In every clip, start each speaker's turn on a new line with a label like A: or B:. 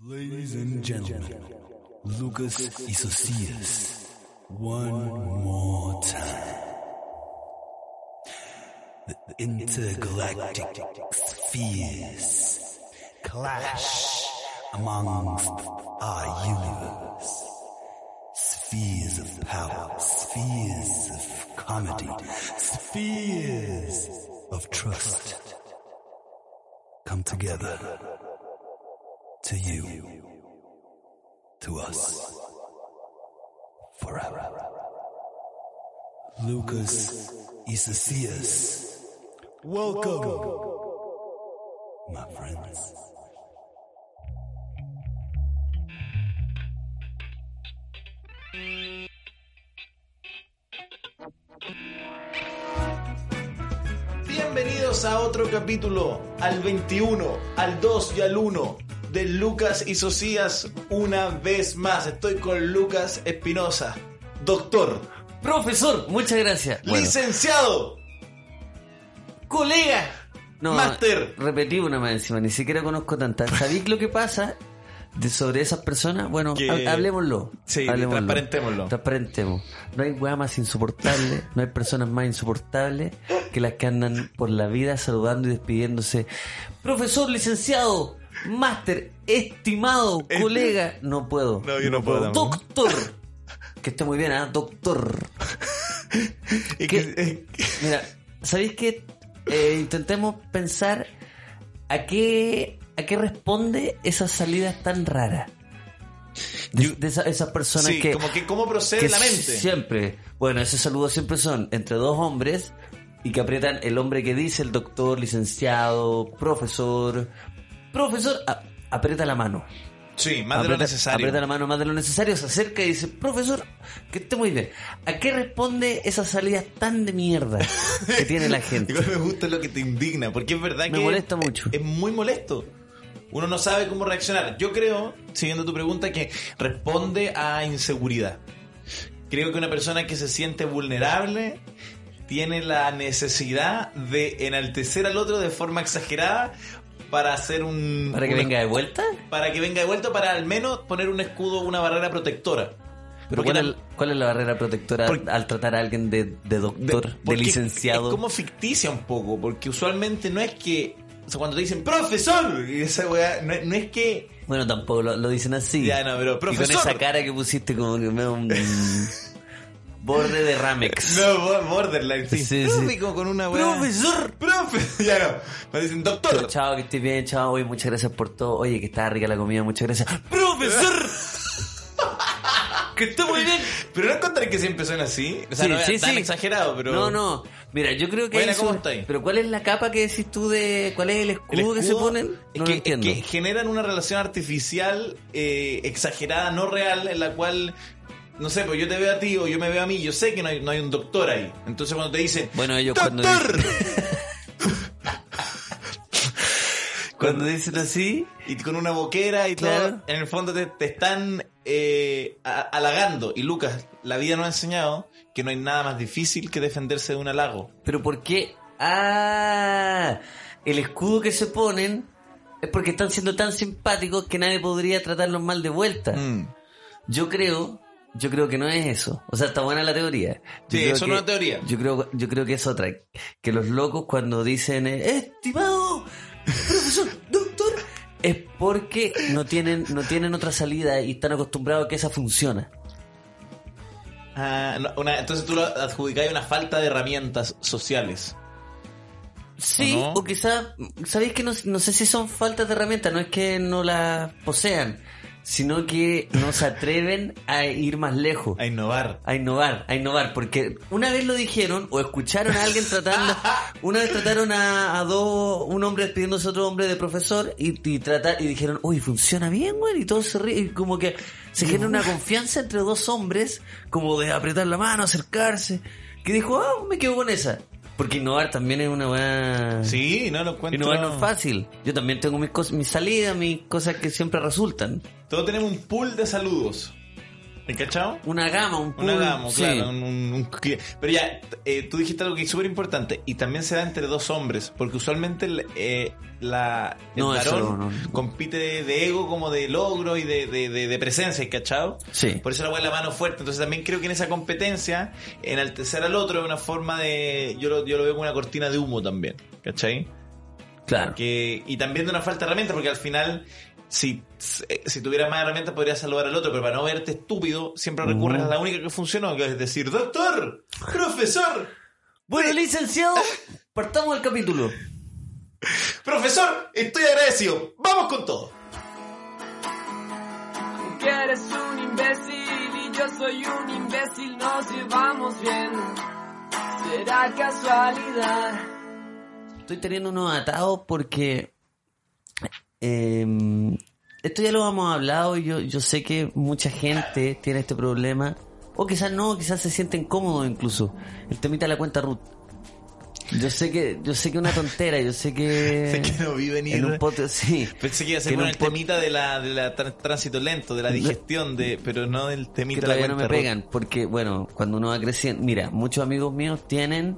A: Ladies and gentlemen, Lucas y Socias, one more time. The intergalactic spheres clash amongst our universe. Spheres of power, spheres of comedy, spheres of trust come together to you, to us, forever. Lucas Isasias, welcome, my friends.
B: Bienvenidos a otro capítulo, al 21, al 2 y al 1 de Lucas y Socias una vez más. Estoy con Lucas Espinosa, doctor,
C: Profesor, muchas gracias. Bueno,
B: licenciado, colega.
C: no,
B: Master.
C: Repetí una más encima, ni siquiera conozco tantas. ¿Sabéis lo que pasa de sobre esas personas? Bueno,
B: Que-
C: ha- hablemoslo.
B: Sí,
C: hablemoslo.
B: transparentémoslo.
C: Transparentemos. No hay weá más insoportable, no hay personas más insoportables que las que andan por la vida saludando y despidiéndose. Profesor, licenciado, máster, estimado, colega, no puedo.
B: No, yo no puedo
C: Doctor. Que esté muy bien, ¿ah? Doctor.
B: Y
C: ¿Qué?
B: que- eh,
C: Mira, ¿sabéis qué? Eh, intentemos pensar a qué, a qué responde esas salidas tan raras. De,
B: Yo-
C: de esa- esas personas
B: sí,
C: que,
B: como que cómo procede
C: que
B: la mente.
C: siempre, bueno, esos saludos siempre son entre dos hombres y que aprietan el hombre que dice el doctor, licenciado, profesor, profesor, a- aprieta la mano.
B: Sí, más de lo
C: Aprieta-
B: necesario.
C: Aprieta la mano más de lo necesario, se acerca y dice, profesor, que esté muy bien. ¿A qué responde esas salidas tan de mierda que tiene la gente?
B: Igual me gusta lo que te indigna, porque es verdad
C: Me
B: que
C: molesta
B: es-
C: mucho.
B: Es, muy molesto. Uno no sabe cómo reaccionar. Yo creo, siguiendo tu pregunta, que responde a inseguridad. Creo que una persona que se siente vulnerable tiene la necesidad de enaltecer al otro de forma exagerada para hacer un...
C: ¿Para que
B: una-
C: venga de vuelta?
B: Para que venga de vuelta, para al menos poner un escudo, una barrera protectora.
C: ¿Pero
B: Porque tam-
C: cuál, es, cuál es la barrera protectora
B: Porque-
C: al tratar a alguien de, de
B: de-
C: doctor, de,
B: porque
C: licenciado?
B: Es como ficticia un poco, porque usualmente no es que. O sea, cuando te dicen profesor, y esa weá, no, no es que.
C: Bueno, tampoco lo, lo dicen así.
B: Ya, no, pero
C: y con
B: profesor.
C: esa cara que pusiste como que me da un borde de Ramex.
B: No, bo- borderline, sí.
C: Sí,
B: Profe,
C: sí.
B: como con una weá.
C: ¡Profesor!
B: ¡Profe! Ya no. Me dicen doctor.
C: Chao, que estés bien, chao, oye, muchas gracias por todo. Oye, que estaba rica la comida, muchas gracias. ¡Profesor! que esté muy bien.
B: Pero no encontraré que siempre son así. O sea, no es tan exagerado, pero.
C: No, no. Mira, yo creo que.
B: Buena,
C: hay
B: ¿cómo
C: su-
B: estáis?
C: Pero ¿cuál es la capa que decís tú de. ¿Cuál es el escudo,
B: El escudo
C: que se ponen?
B: es
C: no
B: que,
C: lo entiendo.
B: es que generan una relación artificial, eh, exagerada, no real, en la cual, no sé, pues yo te veo a ti o yo me veo a mí, yo sé que no hay, no hay un doctor ahí. Entonces cuando te dicen,
C: Bueno, ellos cuando
B: ¡Doctor!
C: Cuando dicen así.
B: y con una boquera y
C: Claro.
B: todo, en el fondo te, te están eh, a- halagando. Y Lucas, la vida nos ha enseñado que no hay nada más difícil que defenderse de un halago.
C: Pero ¿por qué? ¡Ah! El escudo que se ponen es porque están siendo tan simpáticos que nadie podría tratarlos mal de vuelta.
B: Mm.
C: Yo creo, yo creo que no es eso. O sea, está buena la teoría. Yo
B: Sí,
C: creo
B: eso
C: que-
B: no es teoría.
C: Yo creo, yo creo que es otra. Que los locos cuando dicen, eh, estimado, profesor, doctor, es porque no tienen, no tienen otra salida y están acostumbrados a que esa funciona.
B: Ah, no, una- entonces tú lo adjudicas una falta de herramientas sociales.
C: Sí,
B: ¿O
C: o,
B: no?
C: quizás, ¿sabéis que no, no sé si son faltas de herramientas? No es que no las posean, sino que no se atreven a ir más lejos.
B: A innovar.
C: A innovar, a innovar, porque una vez lo dijeron o escucharon a alguien tratando, una vez trataron a, a dos, un hombre despidiéndose a otro hombre de profesor y, y, trata- y dijeron, uy, funciona bien, güey, y todos se ríen, y como que se genera una confianza entre dos hombres, como de apretar la mano, acercarse, que dijo, ah, me quedo con esa, porque innovar también es una buena...
B: Sí, no lo encuentro.
C: Innovar no es fácil, yo también tengo mis, cos- mis salidas, mis cosas que siempre resultan.
B: Todos tenemos un pool de saludos. ¿Encachado?
C: Una gama, un pool.
B: Una gama,
C: sí.
B: claro. un- un- un- pero ya, eh, tú dijiste algo que es súper importante. Y también se da entre dos hombres. Porque usualmente el, eh, la, el
C: No, eso
B: varón
C: no, no.
B: compite de, de ego como de logro y de, de, de, de presencia, ¿cachado?
C: Sí.
B: Por eso la weá es la mano fuerte. Entonces también creo que en esa competencia, enaltecer al otro es una forma de... Yo lo, yo lo veo como una cortina de humo también, ¿cachai?
C: Claro.
B: Que- y también de una falta de herramientas, porque al final, si, si tuvieras más herramientas, podrías salvar al otro, pero para no verte estúpido, siempre recurres a la única que funcionó, que es decir, doctor, profesor,
C: Bueno, licenciado, partamos al capítulo.
B: profesor, estoy agradecido, vamos con todo.
D: que eres un imbécil y yo soy un imbécil, nos llevamos bien. Será casualidad.
C: Estoy teniendo unos atados porque. eh, esto ya lo hemos hablado y yo, yo sé que mucha gente tiene este problema. O quizás no, quizás se sienten cómodos incluso. El temita de la cuenta Ruth. Yo sé que, yo sé que una tontera, yo sé que.
B: Sé que no vi venir.
C: En un pote, sí.
B: Pensé que iba a ser
C: Que
B: con
C: no
B: el
C: pot-
B: temita de la, de la tr- tránsito lento, de la digestión, de, pero no del
C: que
B: temita de la
C: todavía no me
B: cuenta rota.
C: pegan, porque bueno, cuando uno va creciendo, mira, muchos amigos míos tienen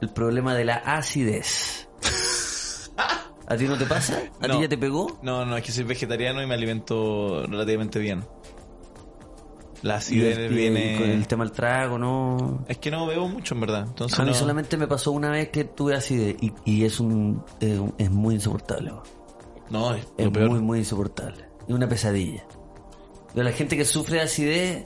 C: el problema de la acidez. ¿A ti no te pasa? ¿A
B: No.
C: ti ya te pegó?
B: No, no, es que soy vegetariano y me alimento relativamente bien. La
C: Y
B: acidez
C: el, y el-
B: viene...
C: con el tema del trago, no.
B: Es que no bebo mucho, en verdad. Entonces
C: A mí
B: no-
C: solamente me pasó una vez que tuve acidez y, y es un es, un- es muy insoportable. weón.
B: No, es,
C: Es
B: lo peor.
C: muy muy insoportable. Es una pesadilla. Pero la gente que sufre de acidez,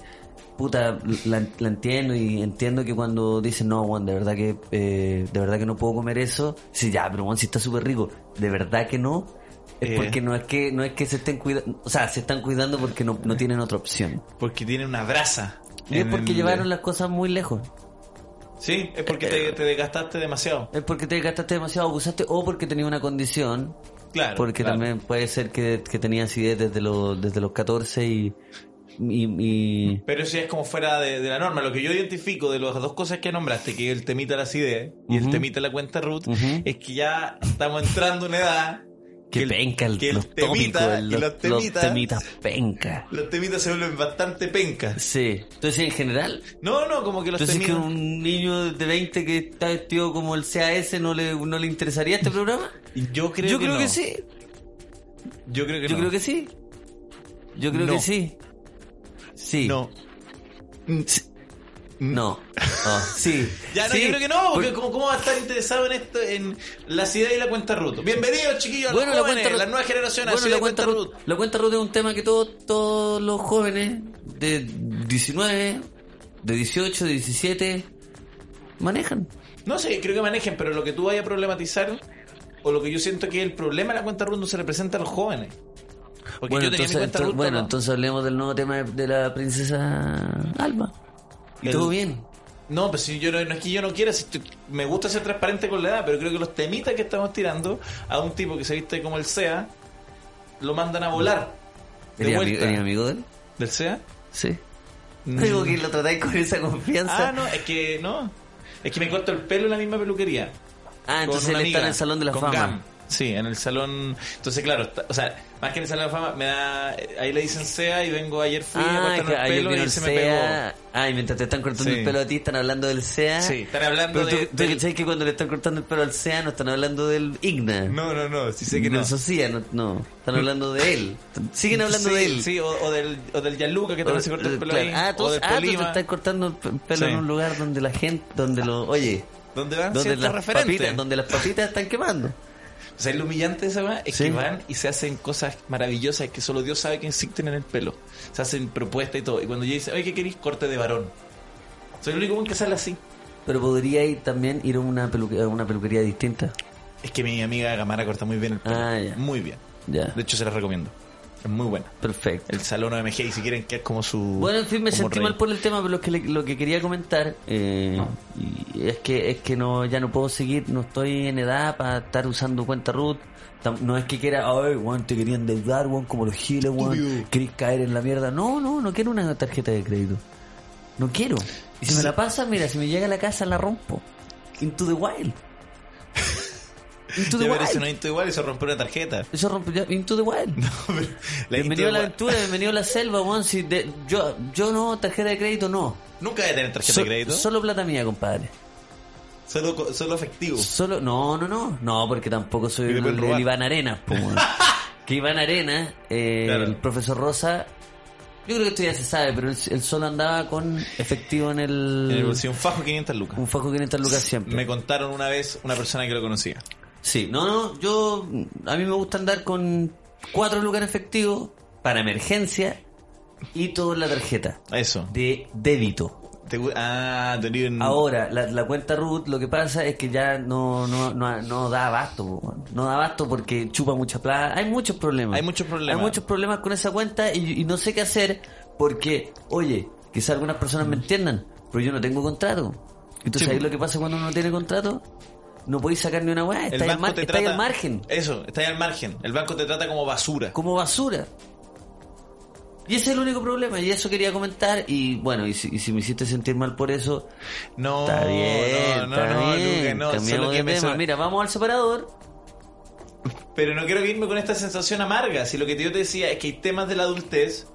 C: puta, la, la entiendo y entiendo que cuando dicen no, Juan, de verdad que eh, de verdad que no puedo comer eso, sí, ya, pero Juan, si está súper rico, de verdad que no. Es
B: Eh.
C: porque no es que no es que se estén cuidando, o sea, se están cuidando porque no, no tienen otra opción.
B: Porque tiene una brasa.
C: Y es
B: en
C: porque
B: el-
C: llevaron las cosas muy lejos.
B: Sí, es porque te, te desgastaste demasiado.
C: Es porque te gastaste demasiado, abusaste o porque tenías una condición.
B: Claro.
C: Porque
B: claro.
C: también puede ser que, que tenía acidez desde los, desde los 14 y... y, y-
B: Pero eso ya es como fuera de, de la norma. Lo que yo identifico de las dos cosas que nombraste, que el temita de la acidez y el
C: Ujú.
B: temita de la cuenta root,
C: Ujú.
B: es que ya estamos entrando a una edad.
C: que
B: el-
C: penca el,
B: que el
C: los
B: temita
C: tópicos,
B: y
C: los,
B: los temitas.
C: los temitas penca.
B: Los temitas se vuelven bastante pencas.
C: Sí. Entonces, en general,
B: No, no, como que los
C: entonces que
B: temitas.
C: un niño de 20 que está vestido como el CAS no le, no le interesaría este programa?
B: Yo creo
C: Yo
B: que
C: creo
B: no.
C: que sí.
B: Yo creo que
C: Yo
B: no.
C: creo que sí. Yo creo
B: No.
C: que sí. Sí.
B: No.
C: No. Oh, sí.
B: Ya no,
C: Sí.
B: yo creo que no, porque como cómo va a estar interesado en esto, en la acidez y la cuenta root. Bienvenidos, chiquillos, a los
C: la
B: jóvenes,
C: cuenta Ruth-
B: la nueva generación,
C: bueno,
B: acidez
C: la
B: y
C: cuenta
B: cuenta
C: Ruth,
B: root.
C: la cuenta Ruth es un tema que todos todos los jóvenes de 19, de 18, de 17 manejan.
B: No sé, creo que manejen, pero lo que tú vayas a problematizar, o lo que yo siento que es el problema de la cuenta root no se representa a los jóvenes. Porque yo
C: bueno,
B: tenía
C: entonces,
B: mi cuenta
C: entonces-
B: root.
C: bueno,
B: ¿no?
C: entonces hablemos del nuevo tema de, de la princesa Alba. Y
B: El-
C: todo bien.
B: No, pues si yo no, no es que yo no quiera, si estoy- me gusta ser transparente con la edad, pero creo que los temitas que estamos tirando a un tipo que se viste como el SEA, lo mandan a volar. De
C: ¿Eres ami-
B: vuelta.
C: eres amigo de él?
B: ¿Del SEA?
C: Sí. Digo que lo tratáis con esa confianza.
B: Ah, no, es que no. Es que me corto el pelo en la misma peluquería.
C: Ah,
B: con
C: entonces
B: una
C: él está en
B: amiga,
C: el Salón de la
B: con
C: Fama.
B: Gam. Sí, en el salón. Entonces, claro, está- o sea, más que en el salón de la fama, me da. Ahí le dicen SEA y vengo ayer fui a
C: Ah,
B: cortarme
C: claro,
B: el
C: ayer
B: pelo
C: vino
B: y
C: el
B: se me
C: SEA. Ay, mientras te están cortando
B: Sí.
C: el pelo a ti, están hablando del SEA.
B: pegó. Sí, están hablando
C: Pero tú,
B: de.
C: tú
B: del-
C: cachai que cuando le están cortando el pelo al SEA no están hablando del Igna.
B: No, no, no, sí sé que
C: Del
B: no.
C: Socia, no, no. Están hablando de él. Siguen hablando
B: Sí,
C: de él.
B: Sí, o, o del, o del Yaluca que
C: O-
B: también se cortó el pelo
C: claro.
B: ahí.
C: Ah, tú,
B: o del
C: ah, tú te
B: Polima.
C: estás cortando el pe- pelo
B: Sí. Ah,
C: en un lugar donde la gente, donde lo, oye,
B: ¿Dónde van
C: donde
B: ciertas
C: las
B: referentes?
C: papitas, donde las papitas están quemando.
B: O sea, lo humillante de esa weá es
C: Sí.
B: que van y se hacen cosas maravillosas que solo Dios sabe que existen en el pelo. Se hacen propuestas y todo. Y cuando ella dice, oye, ¿qué queréis? Corte de varón. Soy el único weón que sale así.
C: Pero podría ir también ir a una, peluque- a una peluquería distinta.
B: Es que mi amiga Gamara corta muy bien el pelo.
C: Ah, ya.
B: Muy bien.
C: Ya,
B: De hecho, se la recomiendo. Es muy buena.
C: perfecto.
B: El salón OMG y si quieren que es como su...
C: Bueno, en fin, me
B: como
C: sentí
B: rey. Ah.
C: mal por el tema, pero lo que, le- lo que quería comentar eh, y es que es que no ya no puedo seguir, no estoy en edad para estar usando cuenta root. Tam- No es que quiera, ay, weón, te querían endeudar, weón, como los giles, weón, querés caer en la mierda. No, no, no quiero una tarjeta de crédito. No quiero. Y si me la pasa, mira, si me llega a la casa, la rompo. Into the wild. Into the
B: Ya,
C: Wild.
B: pero eso no es Into the Wild, eso romper una tarjeta.
C: Eso rompe ya, Into the Wild.
B: Pero la Into
C: bienvenido
B: the
C: a la
B: Wild-
C: aventura, bienvenido a la selva, weón. Si de- yo, yo no, tarjeta de crédito no.
B: Nunca debe tener tarjeta
C: So-
B: de crédito.
C: Solo plata mía, compadre.
B: Solo, co- solo efectivo.
C: Solo, no, no, no, no, porque tampoco soy
B: Y te
C: el,
B: pueden
C: el
B: robar.
C: Iván Arenas, po, weón. que Iván Arenas, eh,
B: Claro.
C: el profesor Rosa, yo creo que esto ya se sabe, pero él, él solo andaba con efectivo en el,
B: En el bolsillo un fajo 500 lucas.
C: un fajo 500 lucas siempre.
B: Me contaron una vez una persona que lo conocía.
C: Sí, no, no, yo, a mí me gusta andar con cuatro lucas en efectivo para emergencia y todo en la tarjeta
B: Eso.
C: de débito.
B: Te gu- ah, te digo en-
C: Ahora, la, la cuenta Ruth, lo que pasa es que ya no, no, no, no da abasto, po, weón. no da abasto porque chupa mucha plata. Hay muchos problemas.
B: Hay muchos problemas.
C: Hay muchos problemas con esa cuenta y, y no sé qué hacer porque, oye, quizás algunas personas me entiendan, pero yo no tengo contrato. Entonces
B: Mm. Sí.
C: ahí lo que pasa cuando uno no tiene contrato, no podéis sacar ni una weá,
B: el
C: está, ahí al,
B: banco
C: mar-
B: te
C: está ahí
B: trata-
C: al margen,
B: Eso, está ahí al margen. El banco te trata como basura.
C: como basura. Y ese es el único problema, y eso quería comentar, y bueno, y si- y si me hiciste sentir mal por eso,
B: No,
C: Está bien,
B: no, no,
C: está
B: no,
C: bien.
B: Luca, no.
C: Cambiamos
B: solo que
C: de
B: me-
C: tema. Mira, vamos al separador.
B: Pero no quiero irme con esta sensación amarga. Si lo que yo te decía es que hay temas de la adultez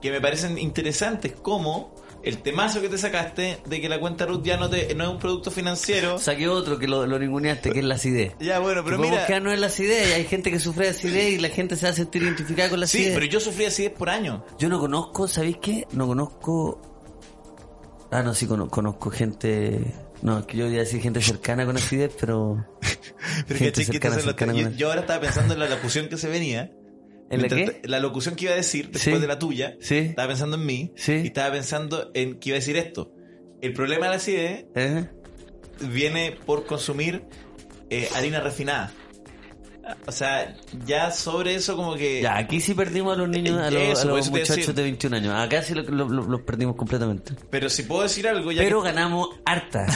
B: que me parecen interesantes, como el temazo que te sacaste de que la cuenta Ruth ya no, te, no es un producto financiero.
C: Saqué otro que lo, lo ninguneaste, que es la acidez.
B: Ya, bueno, pero
C: Que podemos
B: mira-
C: quedarnos en la acidez. y Hay gente que sufre de acidez y la gente se va a sentir identificada con la
B: Sí,
C: acidez.
B: pero yo sufrí acidez por años.
C: Yo no conozco, ¿sabéis qué? No conozco... Ah, no, sí, cono- conozco gente... No, es que yo iba a decir gente cercana con acidez, pero...
B: Pero
C: Gente
B: caché que
C: cercana,
B: esto se lo-
C: cercana
B: yo,
C: con el-
B: yo ahora estaba pensando en la locución que se venía.
C: ¿En la
B: Mientras-
C: qué?
B: La locución que iba a decir después
C: Sí.
B: de la tuya.
C: Sí.
B: Estaba pensando en mí.
C: Sí.
B: Y estaba pensando en que iba a decir esto. El problema de la acidez
C: ¿Eh?
B: viene por consumir eh, harina refinada. O sea, ya sobre eso como que...
C: Ya, aquí sí perdimos a los niños, a los,
B: Eh, Eso,
C: a los
B: por eso te
C: muchachos
B: decía.
C: de 21 años. Acá sí lo- lo- lo- los perdimos completamente.
B: Pero si puedo decir algo ya...
C: Pero
B: que-
C: ganamos harta.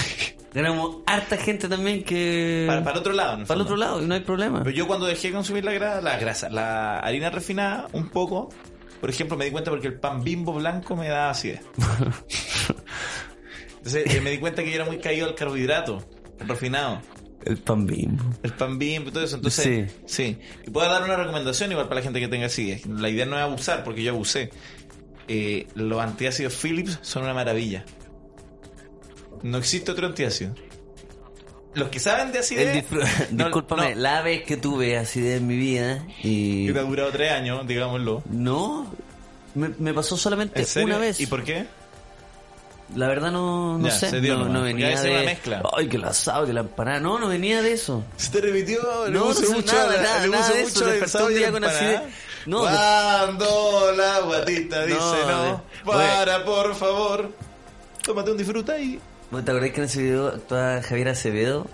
C: ganamos harta gente también que...
B: para, para el otro lado. en el
C: Para el
B: fondo.
C: otro lado, y no hay problema.
B: Pero yo cuando dejé de consumir la grasa, la grasa, la harina refinada un poco, por ejemplo, me di cuenta porque el pan bimbo blanco me da acidez. Entonces eh, me di cuenta que yo era muy caído al carbohidrato refinado.
C: El pan bimbo.
B: El pan bimbo y todo eso. Entonces, sí. Y puedo dar una recomendación igual para la gente que tenga acidez. La idea no es abusar, porque yo abusé. Eh, los antiácidos Philips son una maravilla. No existe otro antiácido. Los que saben de acidez...
C: El disfr-
B: eh. no-
C: Discúlpame,
B: no-
C: la vez que tuve acidez en mi vida y...
B: que te ha durado tres años, digámoslo.
C: No, me, me pasó solamente
B: ¿En serio?
C: una vez.
B: ¿Y por qué?
C: La verdad no, no
B: Ya,
C: sé,
B: se dio
C: no,
B: nomás,
C: no
B: porque a
C: venía
B: veces
C: de...
B: una mezcla.
C: Ay, que el asado, que la empanada. No, no venía de eso.
B: Se te repitió, le
C: No,
B: puse
C: no sé
B: mucho
C: nada,
B: a la-
C: nada,
B: le
C: nada
B: puse
C: de eso,
B: mucho al
C: despertó un
B: asado y
C: día
B: la
C: con
B: empanada.
C: acidez. No,
B: Cuando la guatita dice
C: No,
B: no,
C: de-
B: para, por favor, tómate un disfruta y...
C: Bueno, ¿Te acordás que en ese video actúa Javier Acevedo?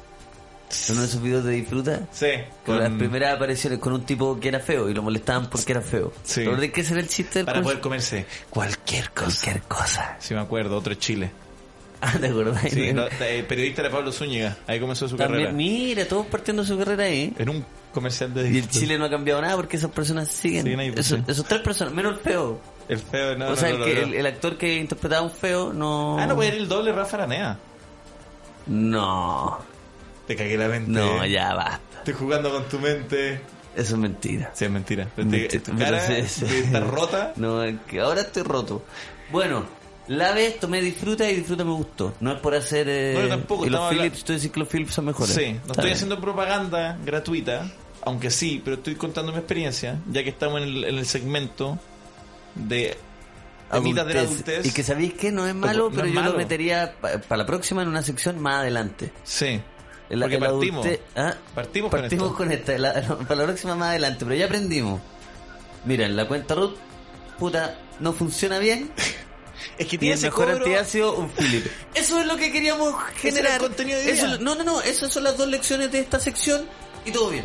C: En uno de sus videos de Disfruta.
B: Sí,
C: Con
B: con-
C: las primeras apariciones con un tipo que era feo y lo molestaban porque era feo.
B: Sí.
C: ¿Te acordás que ese era el chiste del
B: para
C: cons-
B: poder comerse cualquier cosa.
C: Cualquier cosa.
B: Si me acuerdo, otro Chile.
C: Ah, ¿te acordás?
B: Sí, no, eh, periodista era Pablo Zúñiga, ahí comenzó su
C: También,
B: carrera.
C: mira, todos partiendo su carrera ahí.
B: En un comercial de
C: Y el
B: disfruta.
C: Chile no ha cambiado nada porque esas personas siguen.
B: Siguen ahí, pues,
C: Eso-
B: sí.
C: Esos tres personas, menos el feo.
B: El feo, no,
C: o
B: no,
C: sea,
B: no
C: el,
B: lo
C: que-
B: veo.
C: el- el actor que interpretaba a un feo no.
B: Ah, no, pues era el doble Rafa Aranea.
C: No,
B: Te cagué la mente.
C: no, ya basta.
B: Estoy jugando con tu mente.
C: Eso es mentira.
B: Sí, es mentira. Te-
C: Mentira,
B: tu
C: Este, pero
B: cara
C: sí, sí.
B: está rota.
C: No, es que ahora estoy roto. Bueno, la vez tomé disfruta y disfruta me gustó. No es por hacer. eh,
B: No, yo tampoco,
C: Y los
B: estamos
C: Philips,
B: hablando-
C: estoy diciendo que los Philips son mejores.
B: Sí, no
C: Está
B: estoy
C: bien.
B: haciendo propaganda gratuita, aunque sí, pero estoy contando mi experiencia, ya que estamos en el, en el segmento de temitas de la adultez.
C: Y que sabéis que no es
B: No
C: malo, pero
B: es
C: yo
B: malo.
C: lo metería para la próxima en una sección más adelante.
B: Sí,
C: El-
B: porque
C: el
B: partimos.
C: adulte- ¿Ah?
B: Partimos con
C: Partimos
B: esto.
C: con esta, la- para la próxima más adelante, pero ya aprendimos. Mira, la cuenta root, puta, no funciona bien.
B: Es que
C: Y
B: tiene
C: el
B: ese
C: mejor
B: cobro-
C: antiácido, un Philip. Eso es lo que queríamos
B: Ese era el
C: generar.
B: contenido de
C: Eso-
B: día.
C: no, no, no, esas son las dos lecciones de esta sección y todo bien.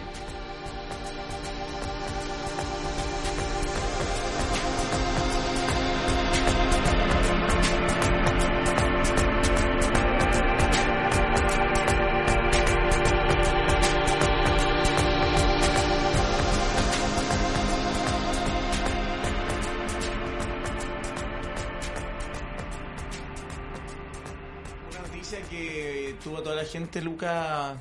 B: Una noticia que tuvo toda la gente, Luca,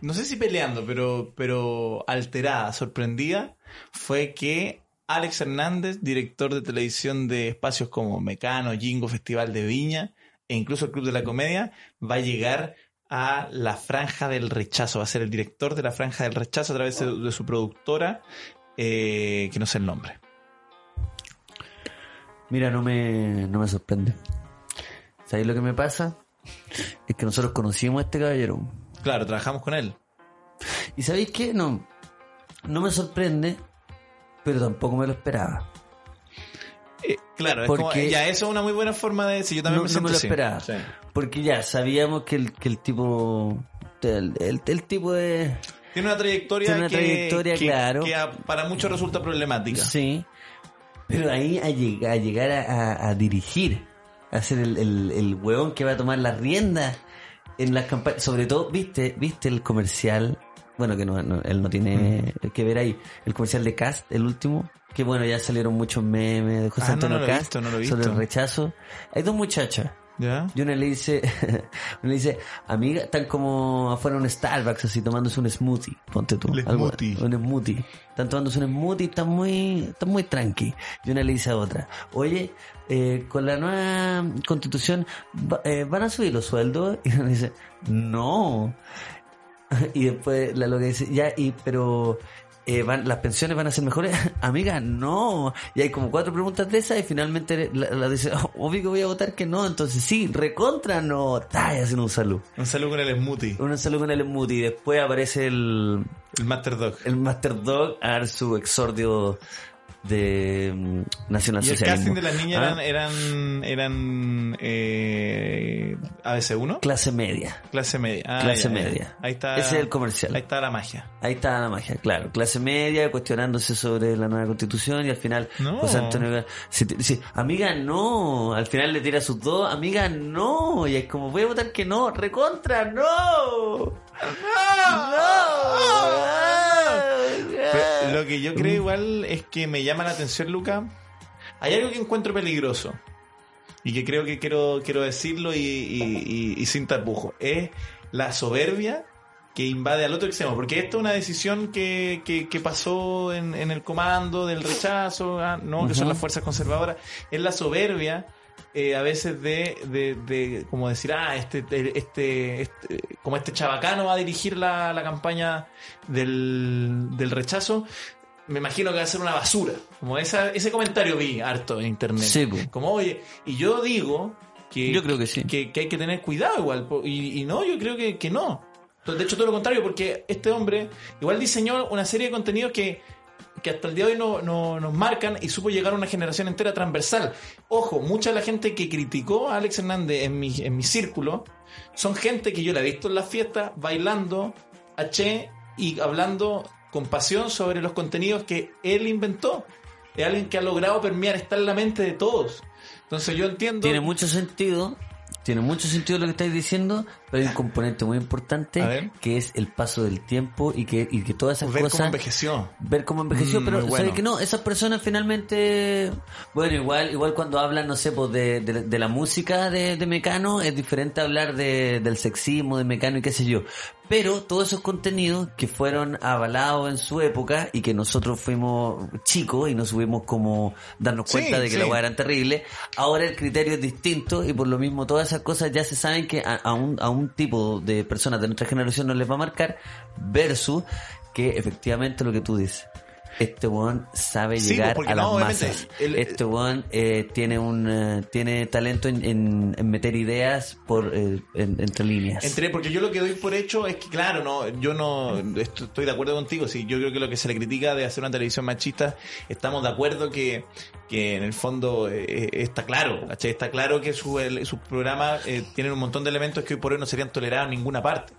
B: no sé si peleando, pero, pero alterada, sorprendida, fue que Alex Hernández, director de televisión de espacios como Mecano, Jingo, Festival de Viña e incluso el Club de la Comedia, va a llegar a la Franja del Rechazo, va a ser el director de la Franja del Rechazo a través de, de su productora, eh, que no sé el nombre.
C: Mira, no me, no me sorprende. ¿Sabéis lo que me pasa? Es que nosotros conocimos a este caballero.
B: Claro, trabajamos con él.
C: ¿Y sabéis qué? No, no me sorprende, pero tampoco me lo esperaba.
B: Eh, claro, es
C: Porque-
B: como- ya eso es una muy buena forma de decir, yo también
C: no,
B: me
C: no
B: siento
C: lo
B: así.
C: esperaba.
B: Sí.
C: Porque ya sabíamos que el, que el tipo. El, el- el tipo de.
B: Tiene una trayectoria,
C: Tiene una
B: que,
C: trayectoria,
B: que-
C: claro.
B: que a- para muchos resulta problemática.
C: Sí. Pero ahí a, lleg- a llegar a, a- a dirigir, a ser el, el, el weón que va a tomar las riendas en las campañas. Sobre todo, ¿viste viste el comercial? Bueno, que no, no, él no tiene
B: Mm.
C: que ver ahí. El comercial de Cast, el último. Que bueno, ya salieron muchos memes de José
B: Ah, no,
C: Antonio
B: no lo he
C: Cast
B: visto, no lo he
C: sobre
B: visto.
C: el rechazo. Hay dos muchachas.
B: ¿Ya?
C: Y una le dice, una le dice, amiga, están como afuera de un Starbucks, así tomándose un smoothie, ponte tú.
B: Un smoothie.
C: Un smoothie. Están tomándose un smoothie, están muy, están muy tranqui. Y una le dice a otra, oye, eh, con la nueva constitución, va- eh, ¿van a subir los sueldos? Y una le dice, no. Y después la loca dice, ya, y, pero, eh, van, las pensiones van a ser mejores. Amiga, no. Y hay como cuatro preguntas de esas y finalmente la, la dice, "Oh, obvio que voy a votar que no. Entonces sí, recontra no. Ta, y hacen un saludo.
B: Un saludo con el smoothie,
C: Un saludo con el smoothie. Y después aparece el,
B: el Master Dog.
C: el Master Dog a dar su exordio de mm, Nacional
B: Y el casting
C: Socialismo.
B: de las niñas
C: Ah,
B: eran, eh, eran, eran eh, ABC1,
C: Clase media.
B: clase media. Ah,
C: clase
B: ya, ya.
C: media.
B: Ahí está.
C: Ese es el
B: Ahí
C: comercial.
B: está la magia.
C: Ahí está la magia, claro. Clase media, cuestionándose sobre la nueva constitución y al final
B: No.
C: José Antonio si, si- amiga no, al final le tira sus dos, amiga no, y es como voy a votar que no, recontra, no, no, Ah.
B: Pero lo que yo creo igual es que me llama la atención, Luca. Hay algo que encuentro peligroso y que creo que quiero, quiero decirlo y, y- y- y sin tapujo. Es la soberbia que invade al otro extremo. Porque esto es una decisión que, que- que pasó en, en el comando del rechazo, ah, ¿no? que son
C: Ujú.
B: las fuerzas conservadoras. Es la soberbia eh, a veces de, de- de como decir, ah, este, este, este- como este chabacano va a dirigir la, la campaña del, del rechazo, me imagino que va a ser una basura. Como esa, ese comentario vi harto en internet.
C: Sí, po.
B: como, oye, y yo digo que,
C: Yo creo que sí.
B: que, que hay que tener cuidado igual, po, y, y no, yo creo que, que no. De hecho, todo lo contrario, porque este hombre igual diseñó una serie de contenidos que que hasta el día de hoy no, no- nos marcan y supo llegar a una generación entera transversal. Ojo, mucha de la gente que criticó a Alex Hernández en mi, en mi círculo son gente que yo la he visto en las fiestas bailando a Che y hablando con pasión sobre los contenidos que él inventó. Es alguien que ha logrado permear, estar en la mente de todos. Entonces yo entiendo...
C: Tiene mucho sentido, tiene mucho sentido lo que estáis diciendo, pero hay un componente muy
B: A
C: importante
B: ver.
C: que es el paso del tiempo y que, y que todas esas
B: ver cómo
C: cosas
B: envejeció.
C: ver cómo envejeció,
B: Mm,
C: pero
B: muy bueno.
C: ¿sabes que no? Esas personas finalmente, bueno, igual igual cuando hablan, no sé, pues de, de- de la música de, de Mecano, es diferente hablar de, del sexismo de Mecano y qué sé yo. Pero todos esos contenidos que fueron avalados en su época y que nosotros fuimos chicos y nos subimos como darnos
B: Sí,
C: cuenta de que
B: sí.
C: la weá eran terribles, ahora el criterio es distinto y por lo mismo todas esas cosas ya se saben que a, a un, a un tipo de personas de nuestra generación no les va a marcar versus que efectivamente lo que tú dices. Este weón sabe
B: Sí,
C: llegar
B: porque
C: a las
B: no, obviamente,
C: masas.
B: el-
C: este weón eh, tiene un eh, tiene talento en, en- en meter ideas por eh, en- entre líneas.
B: Entre, porque yo lo que doy por hecho es que, claro, no, yo no esto- estoy de acuerdo contigo. Sí, yo creo que lo que se le critica de hacer una televisión machista, estamos de acuerdo que, que en el fondo eh, eh, está claro, ¿cachai? Está claro que su- el- sus programas eh, tienen un montón de elementos que hoy por hoy no serían tolerados en ninguna parte.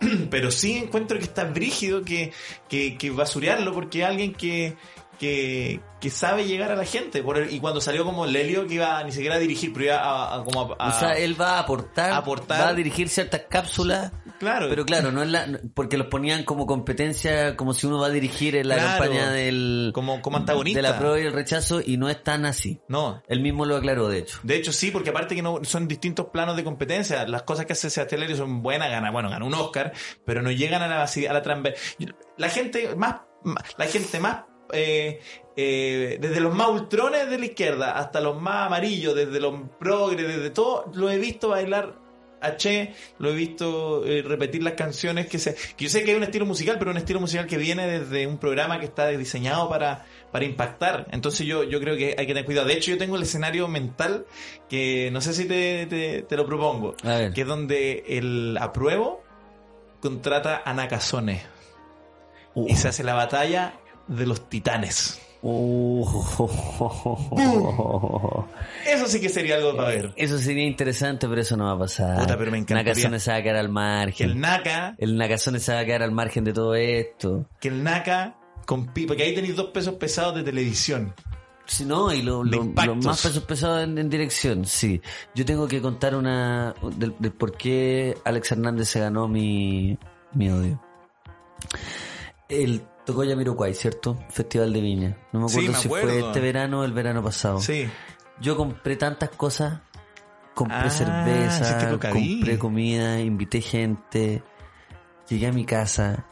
B: Pero sí encuentro que está brígido que, que, que basurearlo porque alguien que, que, que sabe llegar a la gente. Por el- y cuando salió como Lelio, que iba ni siquiera a dirigir, pero iba a, a- como a, a-
C: o sea, él va a aportar,
B: Aportar.
C: va a dirigir ciertas cápsulas.
B: Claro.
C: Pero claro, no es la, porque los ponían como competencia, como si uno va a dirigir en la
B: Claro.
C: campaña del,
B: como, como antagonista.
C: de la prueba y el rechazo, y no es tan así.
B: No.
C: Él mismo lo aclaró, de hecho.
B: De hecho, sí, porque aparte que no son distintos planos de competencia. Las cosas que hace Sebastián Lelio son buenas, gana, bueno, gana un Oscar, pero no llegan a la vaci- a la transver- La gente más, la gente más eh, eh, desde los más ultrones de la izquierda hasta los más amarillos, desde los progres, desde todo, lo he visto bailar a Che, lo he visto eh, repetir las canciones que se... Que yo sé que hay un estilo musical, pero un estilo musical que viene desde un programa que está diseñado para, para impactar. Entonces yo, yo creo que hay que tener cuidado. De hecho, yo tengo el escenario mental que no sé si te, te- te lo propongo,
C: A ver.
B: que es donde el apruebo contrata a Nakazone
C: Uh.
B: y se hace la batalla de los titanes.
C: Oh, Uh.
B: Eso sí que sería algo para ver.
C: Eso sería interesante, pero eso no va a pasar.
B: Puta, pero me encantaría.
C: Nakazone se va a quedar al
B: Que el
C: margen.
B: Naka,
C: El Nakazone se va a quedar al margen de todo esto.
B: que el Naka con pipa, que ahí tenéis dos pesos pesados de televisión.
C: Si no, y lo,
B: De
C: lo-
B: impactos.
C: lo más pesos pesados en, en dirección, sí. Yo tengo que contar una del, del por qué Alex Hernández se ganó mi, mi odio. El Tocoya Miroquai, ¿cierto? Festival de Viña. No me
B: Sí,
C: acuerdo
B: me
C: si fue
B: acuerdo.
C: este verano o el verano pasado.
B: Sí.
C: Yo compré tantas cosas. Compré
B: Ah, hiciste
C: cerveza,
B: cocaína.
C: compré comida, invité gente. Llegué a mi casa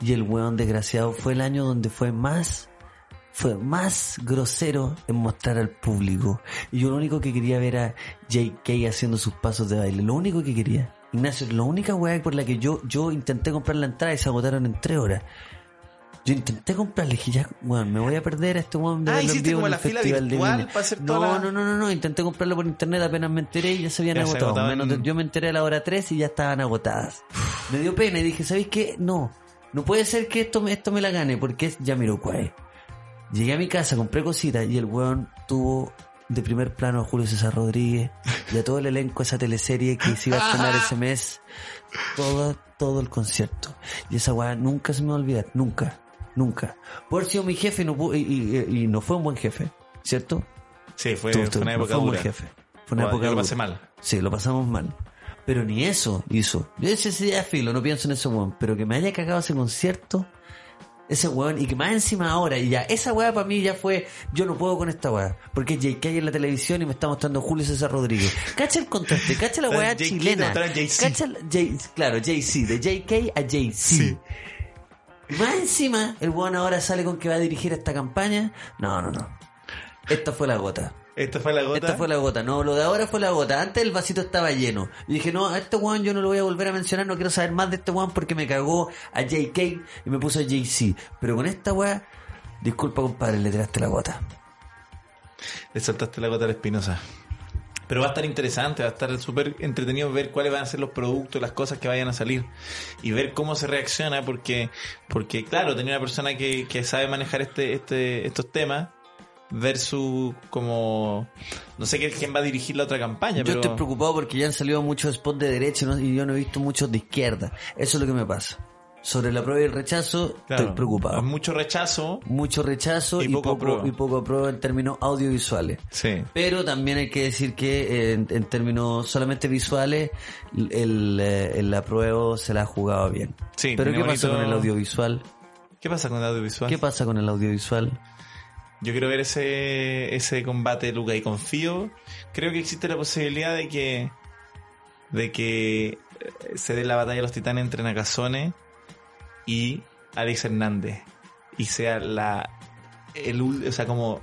C: y el weón desgraciado fue el año donde fue más fue más grosero en mostrar al público. Y yo lo único que quería ver a JK haciendo sus pasos de baile. Lo único que quería. Ignacio, la única weá por la que yo, yo intenté comprar la entrada y se agotaron en tres horas. Yo intenté comprarle, dije, ya, weón, me voy a perder a este weón de
B: Ah,
C: verlo en
B: hiciste
C: vivo
B: como
C: en
B: la
C: el
B: fila
C: Festival de
B: virtual
C: Viña.
B: para hacer
C: no,
B: toda la-
C: no, no, no, no, intenté comprarlo por internet, apenas me enteré y ya se habían
B: Ya se
C: agotado.
B: agotaban.
C: Menos de- yo me enteré a la hora 3 y ya estaban agotadas. Me dio pena y dije, ¿sabéis qué? No, no puede ser que esto, me- esto me la gane porque es Yamiroquai. Llegué a mi casa, compré cositas y el weón tuvo de primer plano a Julio César Rodríguez y a todo el elenco de esa teleserie que se iba a estrenar ese mes. Todo, todo el concierto. Y esa weá nunca se me va a olvidar, nunca, nunca. Por haber sido mi jefe y no, pu- y, y- y no fue un buen jefe, ¿cierto?
B: Sí, fue,
C: Tú-
B: fue
C: tú,
B: una
C: no
B: época
C: fue un
B: dura.
C: buen jefe. Fue una
B: Bueno, yo
C: época
B: lo
C: dura.
B: pasé mal.
C: Sí, lo pasamos mal. Pero ni eso hizo. Yo decía, sí, ya filo, no pienso en ese weón. Pero que me haya cagado ese concierto, ese weón, y que más encima ahora, y ya, esa weá para mí ya fue, yo no puedo con esta weá. Porque es JK en la televisión y me está mostrando Julio César Rodríguez. Cacha el contraste, cacha la
B: Está
C: weá
B: JK, te
C: chilena.
B: mostraron JC.
C: Cacha la- J- claro, JC, de JK a JC. Más encima, el weón ahora sale con que va a dirigir esta campaña. No, no, no. Esta fue la gota.
B: Esta fue la gota.
C: Esta fue la gota, no, lo de ahora fue la gota. Antes el vasito estaba lleno. Y dije, no, a este weón yo no lo voy a volver a mencionar, no quiero saber más de este weón porque me cagó a JK y me puso a JC. Pero con esta weá, disculpa compadre, le tiraste la gota.
B: Le saltaste la gota a la espinosa. Pero va a estar interesante, va a estar súper entretenido ver cuáles van a ser los productos, las cosas que vayan a salir y ver cómo se reacciona, porque, porque claro, tenía una persona que, que sabe manejar este, este, estos temas versus como, no sé qué- quién va a dirigir la otra campaña,
C: Yo
B: pero
C: estoy preocupado porque ya han salido muchos spots de derecha ¿no? y yo no he visto muchos de izquierda. Eso es lo que me pasa. Sobre la prueba y el rechazo,
B: claro,
C: estoy preocupado.
B: hay mucho rechazo.
C: Mucho rechazo
B: Y
C: y,
B: poco
C: poco,
B: apruebo.
C: y poco apruebo en términos audiovisuales.
B: Sí.
C: Pero también hay que decir que eh, en, en términos solamente visuales, el, eh, el apruebo se la ha jugado bien.
B: Sí,
C: Pero
B: tiene
C: ¿qué pasa
B: bonito-
C: con el audiovisual?
B: ¿Qué pasa con el audiovisual?
C: ¿Qué pasa con el audiovisual?
B: Yo quiero ver ese, ese combate, Luca, y confío. Creo que existe la posibilidad de que, de que eh, se dé la batalla de los titanes entre Nakazone y Alex Hernández. Y sea la. El, ul- o sea, como.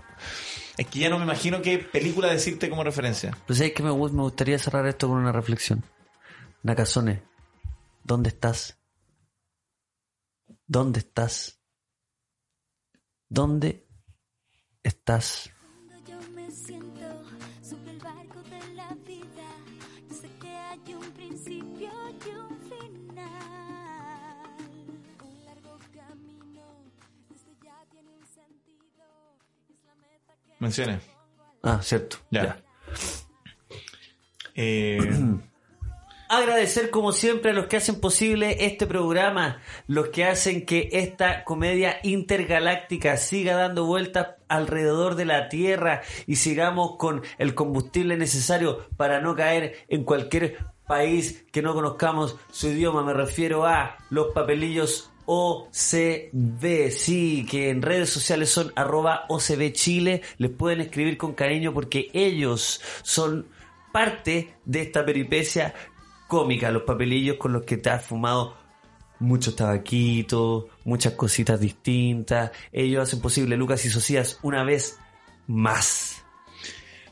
B: Es que ya no me imagino qué película decirte como referencia.
C: Pues es que me, gu- me gustaría cerrar esto con una reflexión. Nakazone, ¿dónde estás? ¿Dónde estás? ¿Dónde estás?
E: Cuando yo me siento sobre el barco de la vida, yo sé que hay un principio y un final. Un largo camino, desde ya tiene un sentido, es la meta que
B: Mencione.
C: Ah, cierto.
B: Ya. Eh,
C: Agradecer como siempre a los que hacen posible este programa, los que hacen que esta comedia intergaláctica siga dando vueltas alrededor de la Tierra y sigamos con el combustible necesario para no caer en cualquier país que no conozcamos su idioma. Me refiero a los papelillos OCB, sí, que en redes sociales son arroba OCB Chile, les pueden escribir con cariño porque ellos son parte de esta peripecia cómica, los papelillos con los que te has fumado muchos tabaquitos, muchas cositas distintas, ellos hacen posible Lucas y Socias una vez más.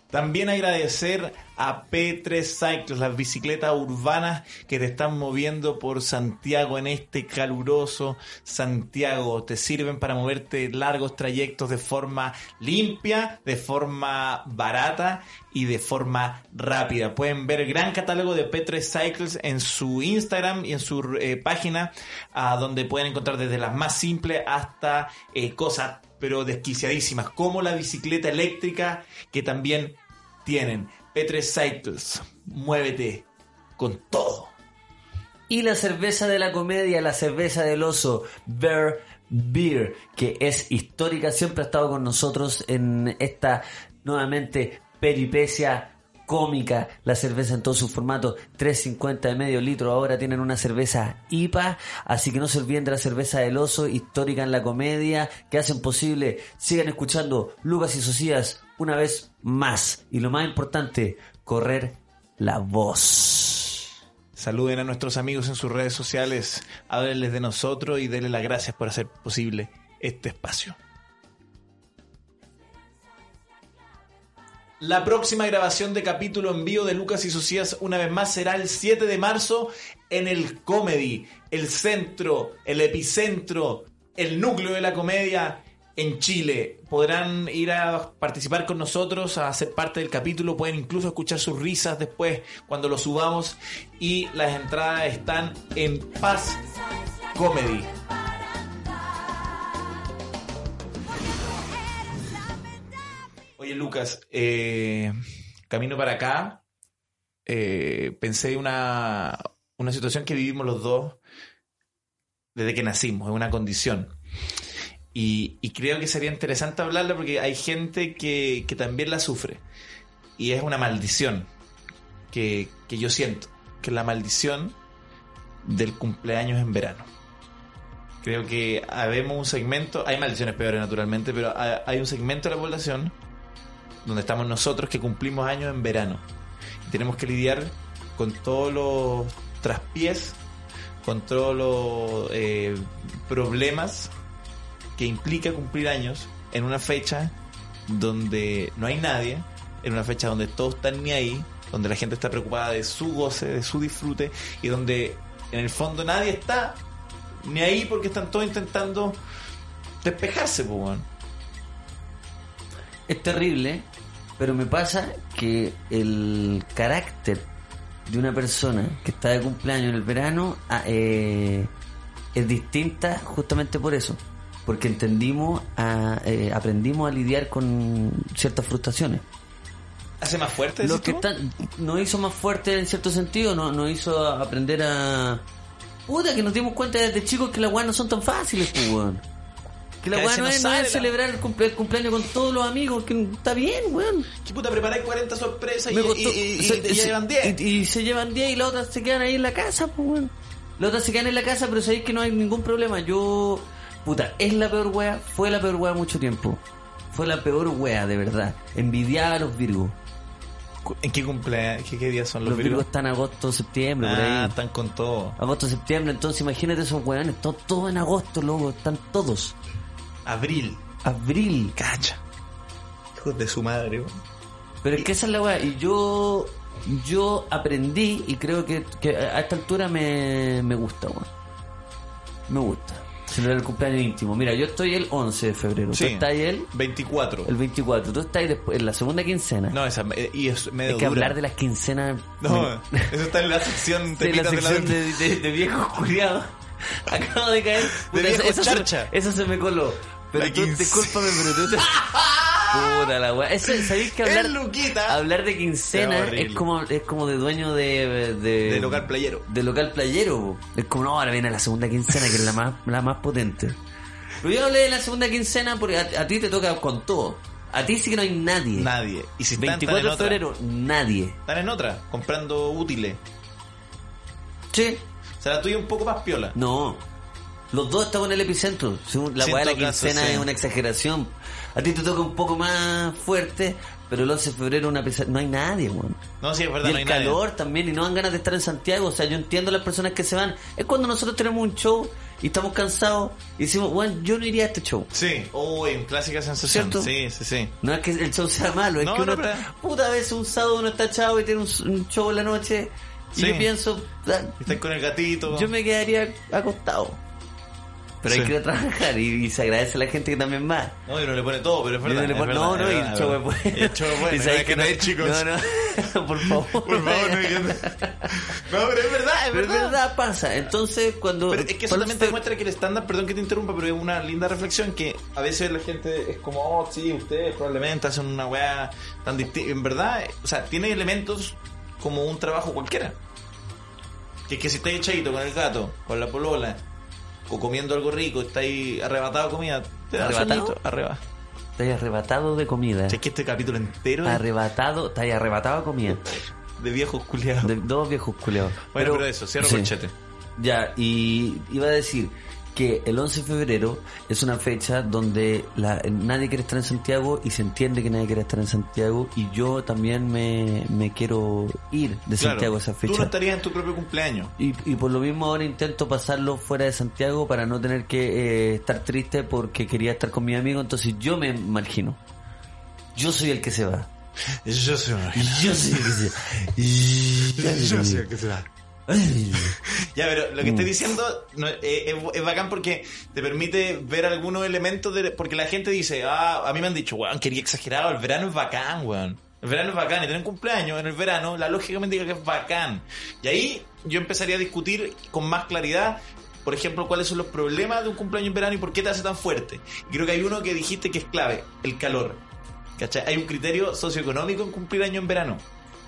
B: También agradecer a P3 Cycles, las bicicletas urbanas que te están moviendo por Santiago en este caluroso Santiago. Te sirven para moverte largos trayectos de forma limpia, de forma barata y de forma rápida. Pueden ver el gran catálogo de P3 Cycles en su Instagram y en su eh, página, ah, donde pueden encontrar desde las más simples hasta eh, cosas pero desquiciadísimas, como la bicicleta eléctrica que también tienen. P3 Cycles, muévete con todo.
C: Y la cerveza de la comedia, la cerveza del oso, Bear Beer, que es histórica, siempre ha estado con nosotros en esta nuevamente peripecia cómica, la cerveza en todo su formato, 3.50 de medio litro, ahora tienen una cerveza IPA, así que no se olviden de la cerveza del oso, histórica en la comedia, que hacen posible, sigan escuchando Lucas y Socias una vez más, y lo más importante, correr la voz.
B: Saluden a nuestros amigos en sus redes sociales, háblenles de nosotros y denle las gracias por hacer posible este espacio. La próxima grabación de capítulo en vivo de Lucas y Socias una vez más será el 7 de marzo en el Comedy, el centro, el epicentro, el núcleo de la comedia en Chile. Podrán ir a participar con nosotros, a hacer parte del capítulo, pueden incluso escuchar sus risas después cuando lo subamos y las entradas están en Paz Comedy. Oye, Lucas, eh, camino para acá, eh, pensé una, una situación que vivimos los dos desde que nacimos, es una condición. Y, y creo que sería interesante hablarla porque hay gente que, que también la sufre. Y es una maldición que, que yo siento, que es la maldición del cumpleaños en verano. Creo que habemos un segmento, hay maldiciones peores naturalmente, pero ha- hay un segmento de la población donde estamos nosotros que cumplimos años en verano. Y tenemos que lidiar con todos los traspiés, con todos los eh, problemas que implica cumplir años en una fecha donde no hay nadie, en una fecha donde todos están ni ahí, donde la gente está preocupada de su goce, de su disfrute y donde en el fondo nadie está ni ahí porque están todos intentando despejarse, pues, weón.
C: Es terrible, pero me pasa que el carácter de una persona que está de cumpleaños en el verano ah, eh, es distinta justamente por eso. Porque entendimos, a- eh, aprendimos a lidiar con ciertas frustraciones.
B: ¿Hace más fuerte?
C: Lo
B: decís
C: que
B: tú?
C: tan- nos hizo más fuerte en cierto sentido, no, nos hizo aprender a... Puta, que nos dimos cuenta desde chicos que las weas no son tan fáciles, pues, weón. Que la
B: Que a
C: weá
B: veces
C: no
B: no
C: es, no
B: sale
C: es
B: la-
C: celebrar el, cumple- el cumpleaños con todos los amigos, que está bien, weón.
B: ¿Qué puta? Preparé 40 sorpresas y,
C: Me costó-
B: y- y- y-
C: se-
B: y
C: se-
B: ya llevan 10.
C: Y, y se llevan 10 y las otras se quedan ahí en la casa, pues, weón. Las otras se quedan en la casa, pero sabéis que no hay ningún problema. Yo, puta, es la peor wea, fue la peor wea mucho tiempo. Fue la peor wea, de verdad. Envidiaba a los virgos.
B: Cu- ¿En qué cumple? ¿Qué, qué días son los,
C: Los virgos
B: virgos?
C: están agosto, septiembre, por
B: Ah,
C: ahí.
B: están con todo.
C: Agosto, septiembre, entonces imagínate esos weones, to- todo, en agosto, loco, están todos.
B: Abril.
C: Abril.
B: Cacha. Hijos de su madre, weón.
C: Pero es que esa es la weá. Y yo, yo aprendí y creo que, que a esta altura me, me gusta, weón. Me gusta. Celebrar el cumpleaños íntimo. Mira, yo estoy el 11 de febrero.
B: Sí.
C: Tú estás el,
B: 24.
C: el 24. Tú estás después, en la segunda quincena.
B: No, esa. eh, Y es medio
C: es que
B: dura.
C: hablar de las quincenas.
B: No, eso está en la sección.
C: de la
B: temitas de la
C: sección
B: mente.
C: de, de, de viejos culiados. Acabo de caer.
B: De
C: Puta,
B: viejo
C: eso- eso se-
B: charcha.
C: Eso se me coló. Pero
B: La
C: tú,
B: quince-
C: discúlpame, pero tú te... Puta la weá. Eso, ¿sabéis que hablar,
B: El Luquita.
C: hablar de
B: Era
C: quincena
B: horrible.
C: es como, es como de dueño de, de.
B: De local playero.
C: De local playero, po. Es como, no, ahora viene la segunda quincena, que es la más, la más potente. Pero yo hablé de la segunda quincena porque a, a ti te toca con todo. A ti sí que no hay nadie.
B: Nadie. Y si están,
C: 24 de
B: están en otra.
C: febrero, nadie.
B: Están en otra, comprando útiles.
C: Sí.
B: O sea, la tuya un poco más piola.
C: No. Los dos estamos en el epicentro. Según La
B: Sí, en
C: weá de la
B: todo caso,
C: quincena
B: sí.
C: es una exageración. A ti te toca un poco más fuerte, pero el 11 de febrero una pesa- no hay nadie, weón.
B: No, sí, es verdad,
C: Y
B: no hay
C: el calor también, y no dan ganas de estar en Santiago. O sea, yo entiendo a las personas que se van. Es cuando nosotros tenemos un show y estamos cansados y decimos, bueno, yo no iría a este show.
B: nadie. Sí, uy, clásica sensación.
C: ¿Cierto?
B: Sí, sí, sí.
C: No es que el show sea malo, es
B: No,
C: que
B: no,
C: uno,
B: pero-
C: puta vez un sábado uno está chavo y tiene un, un show en la noche.
B: Sí.
C: Y yo pienso, "Ah,
B: Estás con el gatito.
C: yo me quedaría acostado. Pero hay
B: Sí.
C: que ir a trabajar y, y se agradece a la gente que también va.
B: No, y uno le pone todo, pero es
C: Y uno
B: verdad.
C: le
B: es
C: pone-
B: verdad,
C: no,
B: es
C: no, y
B: verdad,
C: el show es bueno.
B: verdad. El show es bueno,
C: Y
B: no
C: sabes
B: hay que
C: no-
B: tener chicos.
C: No, no, por favor.
B: Por favor, no hay que- No, pero es verdad, es
C: Pero es
B: verdad.
C: verdad pasa. Entonces, cuando.
B: Pero es que eso
C: cuando
B: también
C: se-
B: te demuestra que el estándar, perdón que te interrumpa, pero es una linda reflexión que a veces la gente es como, oh, sí, ustedes probablemente hacen una weá tan distinta. En verdad, eh, o sea, tiene elementos como un trabajo cualquiera. Que es que si estáis echadito con el gato, con la polola, o comiendo algo rico, estáis arrebatado de comida, te da
C: ¿Arrebatado?
B: sueñito, arreba-
C: Estáis arrebatado de comida.
B: O sea, es que este capítulo entero es
C: Arrebatado, estáis arrebatado de comida.
B: de viejos culiados.
C: De dos viejos culeados.
B: Bueno, pero, eso, cierro
C: sí.
B: corchete.
C: Ya, y iba a decir que el 11 de febrero es una fecha donde la- nadie quiere estar en Santiago y se entiende que nadie quiere estar en Santiago y yo también me, me quiero ir de Santiago esa fecha.
B: Tú no estarías en tu propio cumpleaños.
C: Y, y por lo mismo ahora intento pasarlo fuera de Santiago para no tener que eh, estar triste porque quería estar con mi amigo, entonces yo me margino. Yo soy el que se va.
B: Yo soy un
C: Yo soy el que se va. Mm. Yo soy el que se va.
B: Ya, pero lo que estoy diciendo no, eh, es, es bacán porque te permite ver algunos elementos de... Porque la gente dice, ah, a mí me han dicho, weón, quería exagerado, el verano es bacán, weón. El verano es bacán y tener un cumpleaños en el verano, la lógica me indica que es bacán. Y ahí yo empezaría a discutir con más claridad, por ejemplo, cuáles son los problemas de un cumpleaños en verano y por qué te hace tan fuerte. Y creo que hay uno que dijiste que es clave, el calor. ¿Cachai? Hay un criterio socioeconómico en cumplir año en verano.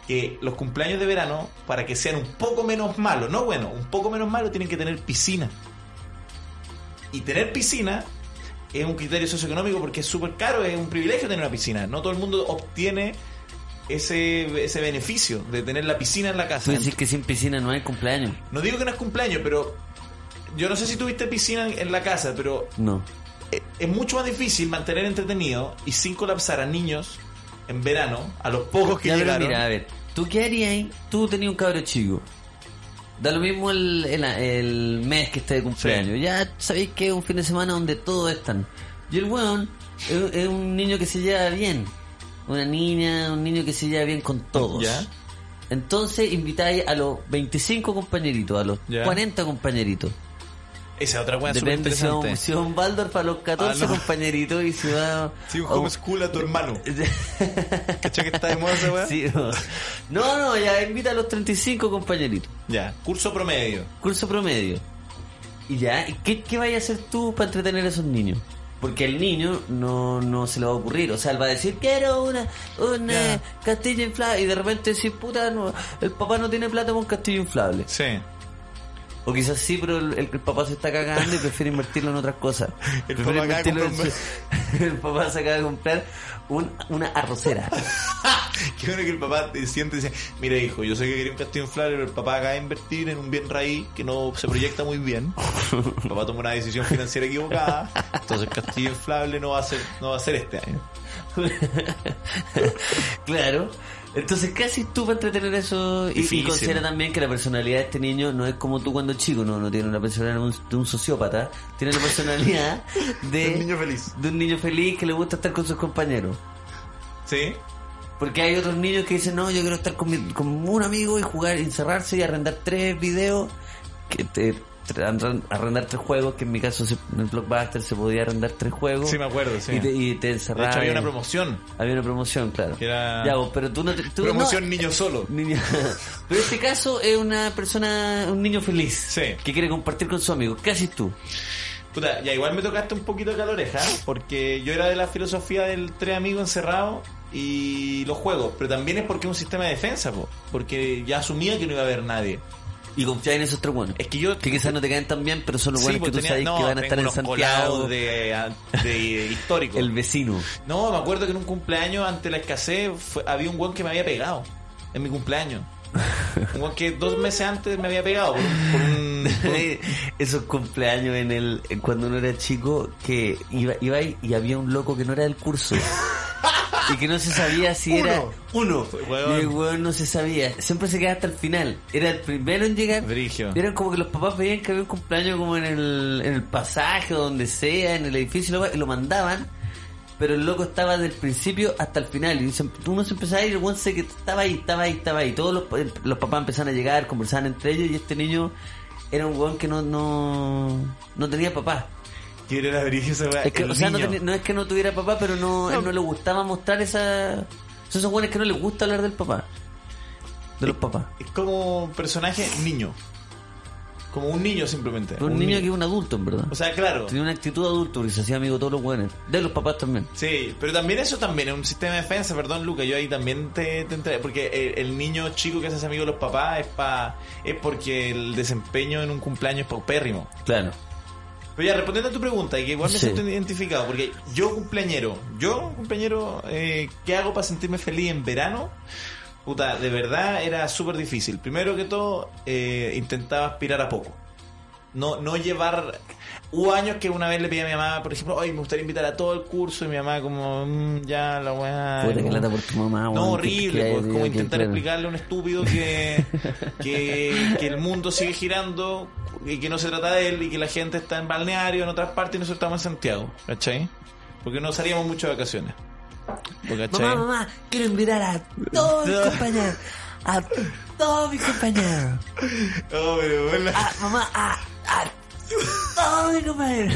B: Que los cumpleaños de verano, para que sean un poco menos malos, no bueno, un poco menos malos, tienen que tener piscina. Y tener piscina es un criterio socioeconómico porque es súper caro, es un privilegio tener una piscina. No todo el mundo obtiene ese, ese beneficio de tener la piscina en la
C: Tú
B: casa.
C: decís que sin piscina no hay cumpleaños.
B: No digo que no es cumpleaños, pero yo no sé si tuviste piscina en- en la casa, pero
C: No.
B: eh, es mucho más difícil mantener entretenido y sin colapsar a niños en verano, a los pocos que
C: Ya, pero
B: llegaron.
C: mira, a ver, ¿tú qué harías? ahí? Tú tenías un cabro chico. Da lo mismo el, el- el mes que esté de cumpleaños. Ya sabéis que es un fin de semana donde todos están. Y el weón es, es un niño que se lleva bien. Una niña, un niño que se lleva bien con todos.
B: Ya.
C: Entonces invitáis a los 25 compañeritos, a los
B: Ya.
C: 40 compañeritos.
B: Esa otra weá súper
C: Depende si va un-
B: interesante.
C: si va un Baldor para los 14
B: Ah, no.
C: compañeritos y si va...
B: Si un
C: a un-
B: homeschool a tu hermano. ¿Cachai que está de moda esa weá?
C: Sí, no. no, no, ya invita a los 35 compañeritos.
B: Ya, curso promedio.
C: Curso promedio. Y ya, ¿qué, qué vaya a hacer tú para entretener a esos niños? Porque al niño no, no se le va a ocurrir. O sea, él va a decir, quiero una, una
B: Ya.
C: castillo inflable. Y de repente decir, puta, no, el papá no tiene plata para un castillo inflable.
B: Sí.
C: O quizás sí, pero el, el- el papá se está cagando y prefiere invertirlo en otras cosas.
B: El
C: Prefiere
B: papá acaba de
C: invertirlo en
B: comprar
C: su- el papá se acaba de comprar un- una arrocera.
B: Qué bueno que el papá te siente y dice, mira hijo, yo sé que quería un castillo inflable, pero el papá acaba de invertir en un bien raíz que no se proyecta muy bien. El papá tomó una decisión financiera equivocada, entonces el castillo inflable no va a ser, no va a ser este año.
C: claro. Entonces, ¿qué haces tú para entretener eso? Y- Y,
B: Difícil.
C: considera también que la personalidad de este niño no es como tú cuando chico, no, no tiene una personalidad de un, de un sociópata, tiene la personalidad de,
B: Un niño feliz.
C: de un niño feliz que le gusta estar con sus compañeros.
B: ¿Sí?
C: Porque hay otros niños que dicen, no, yo quiero estar con, mi- con un amigo y jugar, encerrarse y arrendar tres videos, que te, tra- arren- arrendar tres juegos, que en mi caso se- en el Blockbuster se podía arrendar tres juegos.
B: Sí, me acuerdo, sí.
C: Y te, y te
B: De
C: encerrabas
B: hecho, había
C: en-
B: una promoción.
C: había una promoción, claro.
B: Era-
C: Ya, vos, pero tú no te- tú no-
B: Promoción niño solo.
C: Niño- Pero este caso es una persona, un niño feliz.
B: Sí.
C: Que quiere compartir con su amigo. ¿Qué haces tú?
B: Puta, ya igual me tocaste un poquito acá la oreja, porque yo era de la filosofía del tres amigos encerrados y los juegos, pero también es porque es un sistema de defensa, po, porque ya asumía que no iba a haber nadie.
C: Y confiar en esos tres buenos.
B: Es que yo
C: Que quizás no te caen tan bien, pero son los
B: Sí,
C: buenos
B: po,
C: que tú
B: tenía-
C: sabes
B: no,
C: que van a
B: tengo
C: estar en
B: unos colados
C: Santiago.
B: de, de histórico.
C: El vecino.
B: No, me acuerdo que en un cumpleaños, ante la escasez, fue- había un weón que me había pegado. En mi cumpleaños. Un weón que dos meses antes me había pegado. Por, un- por un, por un-
C: Esos cumpleaños en el en cuando uno era chico que iba, iba ahí y había un loco que no era del curso. Y que no se sabía si era uno.
B: Weón.
C: Y el weón no se sabía. Siempre se quedaba hasta el final. Era el primero en llegar.
B: Brigio.
C: Eran como que los papás veían que había un cumpleaños como en el, en el pasaje o donde sea, en el edificio, y lo, y lo mandaban. Pero el loco estaba del principio hasta el final. Y se- uno se empezaba a ir, el weón se que estaba ahí, estaba ahí, estaba ahí. Todos los, pa- los papás empezaban a llegar, conversaban entre ellos y este niño era un weón que no, no, no tenía papá.
B: ¿Quién era Brigio ese weón?
C: Es que,
B: Ah, El
C: o sea, no,
B: niño.
C: teni- no es que no tuviera papá, pero no, a él no le gustaba mostrar esa... Son esos weones que no les gusta hablar del papá. De los papás.
B: Es como un personaje niño. Como un niño simplemente.
C: Un, niño que es
B: ni-
C: un adulto, en verdad.
B: O sea, claro.
C: Tenía una actitud adulta porque se hacía amigo de todos los buenos. De los papás también.
B: Sí, pero también eso también es un sistema de defensa, perdón Luca, yo ahí también te, te entré, porque el, el niño chico que se hace amigo de los papás es pa, es porque el desempeño en un cumpleaños es paupérrimo.
C: Claro.
B: Pero ya, respondiendo a tu pregunta, y que igual me
C: Sí.
B: siento identificado, porque yo cumpleañero, yo cumpleañero, eh, ¿qué hago para sentirme feliz en verano? Puta, de verdad era súper difícil. Primero que todo, eh, intentaba aspirar a poco. No, no llevar... Hubo años que una vez le pedí a mi mamá, por ejemplo, hoy me gustaría invitar a todo el curso, y mi mamá como, "Mm, ya, la weá...
C: Puta,
B: como-
C: que lata por tu mamá. weón,
B: no,
C: que- que-
B: horrible, pues,
C: que-
B: como
C: que-
B: intentar
C: claro.
B: explicarle a un estúpido que, que, que el mundo sigue girando y que no se trata de él y que la gente está en balneario, en otras partes y nosotros estamos en Santiago, ¿cachai? Porque no salíamos mucho de vacaciones. ¿cachai?
F: Mamá, mamá, quiero invitar a todos mis compañeros. A todos mis compañeros.
B: Oh, pero bueno.
C: Ah,
F: A, mamá, a, a todos mis compañeros.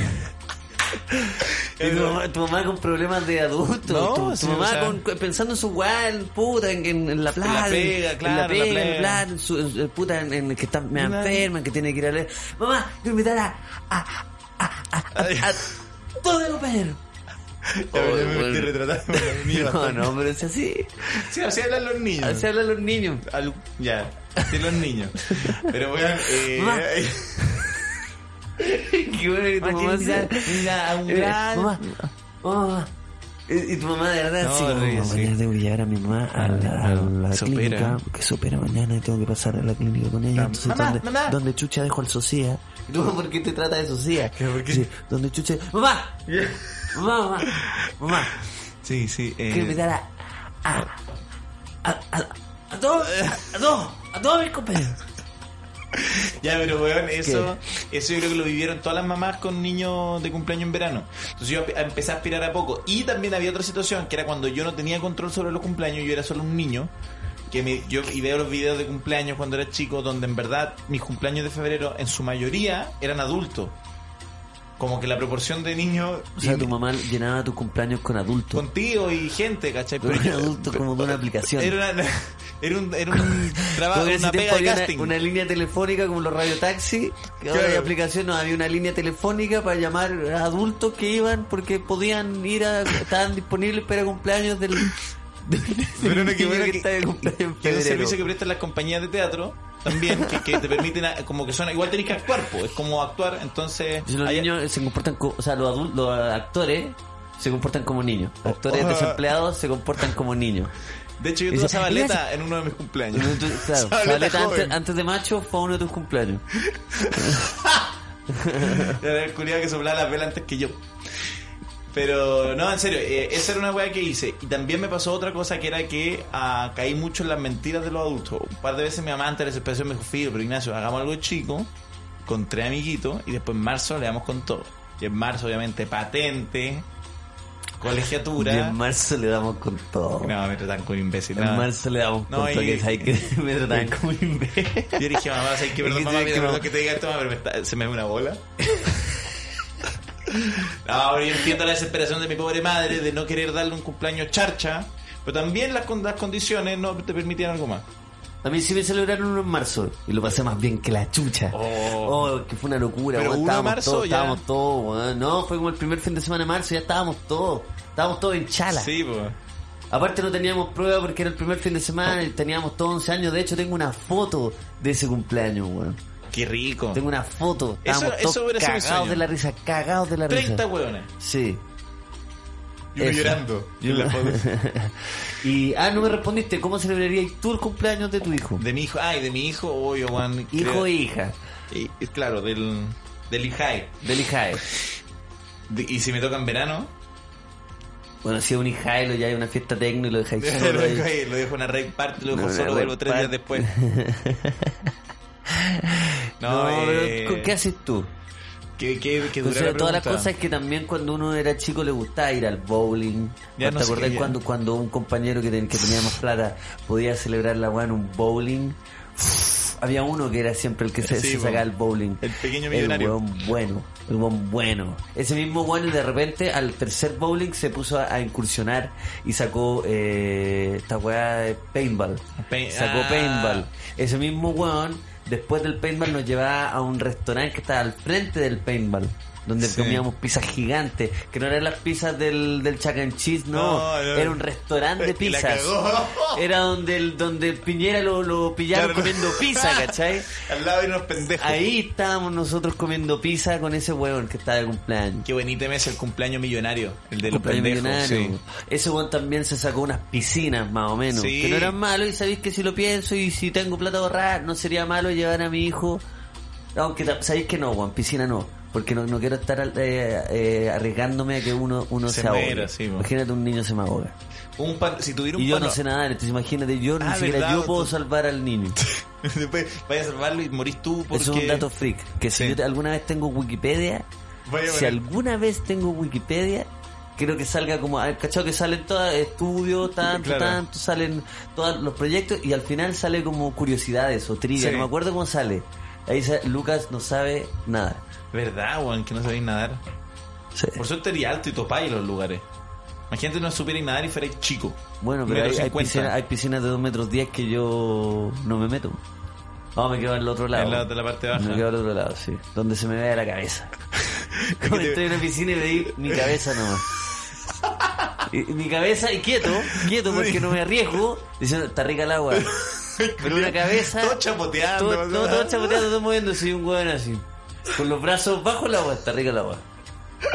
C: Y tu, mamá, tu mamá con problemas de adulto.
B: No,
C: tu, tu
B: sí,
C: mamá
B: o sea-
C: con- con- pensando en su guay, en puta, en, en- en la plata.
B: pega,
C: En
B: claro,
C: la
B: en
C: pega,
B: la
C: en
B: pega.
C: plan, en su- en- en puta, en, en que está me
B: Claro.
C: enferma, en que tiene que ir a leer. Mamá, quiero invitar a, a, a, a, a, a todos mis compañeros.
B: Ya, pero
C: Oh,
B: yo me
C: bueno.
B: estoy retratando con los niños.
C: No, no, pero es así.
B: Sí, así hablan los niños.
C: Así hablan los niños.
B: Al- ya, así los niños. Pero bueno, eh,
C: Mamá.
B: ay,
C: Qué bueno que tu
B: Mamá,
C: mamá
B: quiero
C: sea...
B: invitar- invitar a un
C: Eh,
B: gran-
C: Mamá, mamá. Y y tu mamá de Ah, verdad
B: No,
C: así como,
B: horrible,
C: "Mamá,
B: sí.
C: mañana tengo que llevar a mi mamá a la, a la
B: Se
C: clínica
B: opera.
C: porque se opera mañana y tengo que pasar a la clínica con ella entonces
B: Mamá,
C: donde,
B: mamá.
C: donde chucha dejo al socia y tú ¿por qué te trata de socia? Sí, donde chucha mamá mamá mamá mamá
B: Sí, sí. eh,
C: quiero invitar a a a, a, a todos a todos a todos mis compañeros
B: Ya, pero weón, eso, eso yo creo que lo vivieron todas las mamás con niños de cumpleaños en verano. Entonces yo ap- empecé a aspirar a poco. Y también había otra situación que era cuando yo no tenía control sobre los cumpleaños, yo era solo un niño. Que me- yo y veo los videos de cumpleaños cuando era chico, donde en verdad mis cumpleaños de febrero en su mayoría eran adultos. Como que la proporción de niños
C: o sea
B: y-
C: tu mamá llenaba tus cumpleaños con adultos
B: con tíos y gente, ¿cachai?
C: con
B: Pero
C: un
B: yo-
C: adulto como de una aplicación
B: era, una- era un, era un trabajo,
C: Porque en ese
B: una pega
C: tiempo
B: de
C: había una-
B: casting.
C: Una, línea telefónica como los radiotaxi, que ahora
B: Claro.
C: hay aplicación, no, había una línea telefónica para llamar a adultos que iban porque podían ir a, estaban disponibles para cumpleaños del... del-
B: Pero
C: del
B: no, qué
C: niño
B: bueno
C: que
B: que-
C: está de cumpleaños en
B: Que es un
C: febrero.
B: servicio que prestan las compañías de teatro también, que, que te permiten, a- como que son, igual tenés que actuar, po, es como actuar, entonces...
C: Entonces los
B: hay-
C: niños se comportan, co- o sea, los, adultos, los actores se comportan como niños. Actores desempleados se comportan como niños.
B: de hecho, yo
C: Dice,
B: tuve esa baleta en uno de mis cumpleaños.
C: Entonces, Claro,
B: Sabaleta
C: Sabaleta
B: joven.
C: antes, antes de macho fue uno de tus cumpleaños.
B: Era el culiao que soplaba las velas antes que yo. Pero no, en serio, eh, esa era una weá que hice. Y también me pasó otra cosa que era que ah, caí mucho en las mentiras de los adultos. Un par de veces mi mamá ante la desesperación me dijo, Fido, pero Ignacio, hagamos algo chico, con tres amiguitos, y después en marzo le damos con todo. Y en marzo, obviamente, patente, colegiatura.
C: Y en marzo le damos con todo.
B: No, me tratan como imbécil.
C: En
B: no.
C: marzo le damos
B: No,
C: no,
B: y-
C: que ¿sabes qué? me trataban como imbécil.
B: Yo le dije, mamá, ¿sabes qué? Perdón,
C: Y
B: mamá, mira,
C: dice que
B: perdón
C: no.
B: que te diga esto, mamá, pero me está- se me ve una bola. No, pero yo entiendo la desesperación de mi pobre madre de no querer darle un cumpleaños charcha, pero también las, con- las condiciones no te permitían algo más.
C: A mí sí me celebraron uno en marzo y lo pasé más bien que la chucha.
B: Oh.
C: Oh, que fue una locura,
B: Pero
C: weón.
B: uno de
C: Estábamos
B: marzo
C: todos,
B: ya.
C: estábamos todos, weón. No, fue como el primer fin de semana de marzo, ya estábamos todos. Estábamos todos en chala.
B: Sí, pues.
C: Aparte no teníamos prueba porque era el primer fin de semana y teníamos todos 11 años. De hecho, tengo una foto de ese cumpleaños, weón.
B: Qué rico.
C: Tengo una foto.
B: Eso-
C: Estábamos
B: eso
C: todos
B: hubiera sido mi
C: cagados
B: sueño.
C: de la risa, cagados de la
B: 30
C: risa.
B: hueones.
C: Sí.
B: Y uno
C: Eso.
B: llorando. en la foto.
C: y, ah, no me respondiste, ¿cómo celebrarías tú el cumpleaños de tu hijo?
B: De mi hijo. Ay, de mi hijo. Oh, yo, Juan.
C: hijo
B: creo-
C: e hija,
B: y- y Claro, del. Del IJAE.
C: del hijae.
B: De- y si me toca en verano,
C: Bueno, si es un hijae, lo ya hay una fiesta tecno y lo dejáis
B: lo
C: solo. ahí.
B: dejo ahí, lo dejo en una rave party, lo dejo
C: No,
B: solo,
C: una
B: vuelvo
C: rave
B: tres días
C: party.
B: después. No,
C: No,
B: eh,
C: pero ¿qué haces tú?
B: ¿Qué, qué, qué dura
C: Entonces,
B: la
C: todas las
B: pregunta.
C: cosas que también cuando uno era chico le gustaba ir al bowling.
B: Ya no
C: ¿Te
B: sé
C: acordás
B: qué-
C: cuando, cuando un compañero que, ten- que tenía más plata podía celebrar la weá en un bowling? Había uno que era siempre el que se,
B: Sí,
C: se
B: po.
C: sacaba el bowling.
B: El pequeño millonario.
C: El weón bueno. El weón bueno. Ese mismo weón de repente al tercer bowling se puso a, a incursionar y sacó eh, esta weá de paintball.
B: Pain-
C: sacó
B: ah.
C: paintball. Ese mismo weón, después del paintball, nos llevaba a un restaurante que estaba al frente del paintball. Donde
B: Sí.
C: comíamos pizzas gigantes. Que no eran las pizzas del, del Chuck and Cheese, no.
B: No, no.
C: Era un restaurante de
B: Y la
C: pizzas.
B: cagó.
C: Era donde, el- donde Piñera lo, lo pillaron
B: Claro.
C: comiendo pizza, ¿cachai?
B: Al lado hay unos pendejos.
C: Ahí estábamos nosotros comiendo pizza con ese huevón que estaba de cumpleaños.
B: Qué bonito es el cumpleaños millonario, el de los
C: Cumpleaños
B: pendejos.
C: millonario.
B: sí.
C: Ese huevón también se sacó unas piscinas, más o menos.
B: Sí.
C: Que no eran malos y sabéis que si lo pienso y si tengo plata ahorrada, no sería malo llevar a mi hijo. Aunque ta- sabéis que no, huevón, piscina no. Porque no, no quiero estar eh, eh, arriesgándome a que uno, uno
B: Se
C: se, ahogue.
B: muera, sí, po.
C: Imagínate un niño se me ahoga.
B: Un pan- si tuviera un
C: Y yo
B: palo-
C: no sé nadar, entonces imagínate, yo ni
B: Ah,
C: siquiera
B: verdad,
C: yo puedo
B: tú-
C: salvar al niño.
B: Después vaya a salvarlo y morís tú porque...
C: Eso es un dato freak. Que si
B: Sí.
C: yo te- alguna vez tengo Wikipedia,
B: Vaya a
C: si
B: poner-
C: alguna vez tengo Wikipedia, quiero que salga como, ah, ¿cachado? Que salen todos estudios, tanto,
B: Claro.
C: tanto, salen todos los proyectos y al final sale como curiosidades o trivia,
B: Sí.
C: no me acuerdo cómo sale. Ahí dice, Lucas no sabe nada.
B: Verdad, Juan, que no sabéis nadar.
C: Sí.
B: Por suerte eres alto y topáis los lugares. Imagínate no supierais nadar y fuerais chico.
C: Bueno, pero
B: Metro
C: hay, hay
B: cincuenta.
C: piscinas, hay piscinas de 2 metros 10 que yo no me meto. No, me quedo al otro lado.
B: En la, de la parte baja.
C: Me quedo al otro lado, sí. Donde se me vea la cabeza. Como
B: te-
C: estoy en una piscina y veí mi cabeza nomás. Y- y mi cabeza, y quieto, quieto porque no me arriesgo, diciendo, está rica el agua. Pero una cabeza.
B: Todo chapoteando.
C: Todo, todo, todo chapoteando, todo moviéndose y un hueón así. Con los brazos bajo el agua, está rica el agua.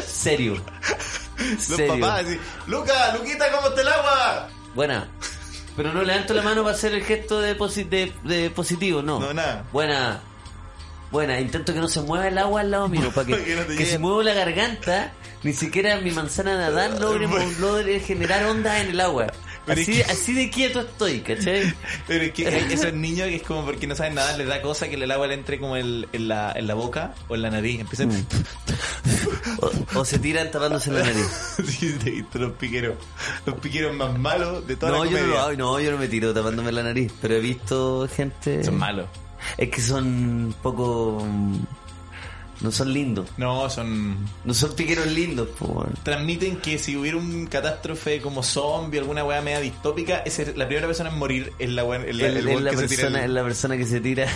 C: Serio.
B: Los
C: Serio.
B: papás así, Luca, Luquita, ¿cómo está el agua?
C: Buena. Pero no levanto la mano para hacer el gesto de, posi- de, de positivo, no.
B: No, nada.
C: Buena. Buena, intento que no se mueva el agua al lado mío, para que,
B: Que no te
C: que
B: llegue.
C: si muevo la garganta, ni siquiera mi manzana de Adán logre, logre generar ondas en el agua.
B: Ah, Pero es
C: Así,
B: que-
C: así de quieto estoy, ¿cachai?
B: Pero es que hay esos niños que es como porque no saben nada, les da cosa que el agua le entre como el- en, la, en la boca o en la nariz. Empiezan.
C: Mm. O, o se tiran tapándose la nariz.
B: Sí, te he visto los piqueros. Los piqueros más malos de toda
C: No,
B: la
C: yo
B: comedia.
C: no, lo hago, no, yo no me tiro tapándome la nariz, pero he visto gente...
B: Son malos.
C: Es que son poco... No son lindos.
B: No, son.
C: No son piqueros lindos, po.
B: Transmiten que si hubiera un catástrofe como zombie, alguna weá media distópica, esa es la primera persona en morir es la weá- es la-
C: Es
B: el
C: es
B: weón
C: la,
B: que se tira.
C: persona,
B: el-
C: es la persona que se tira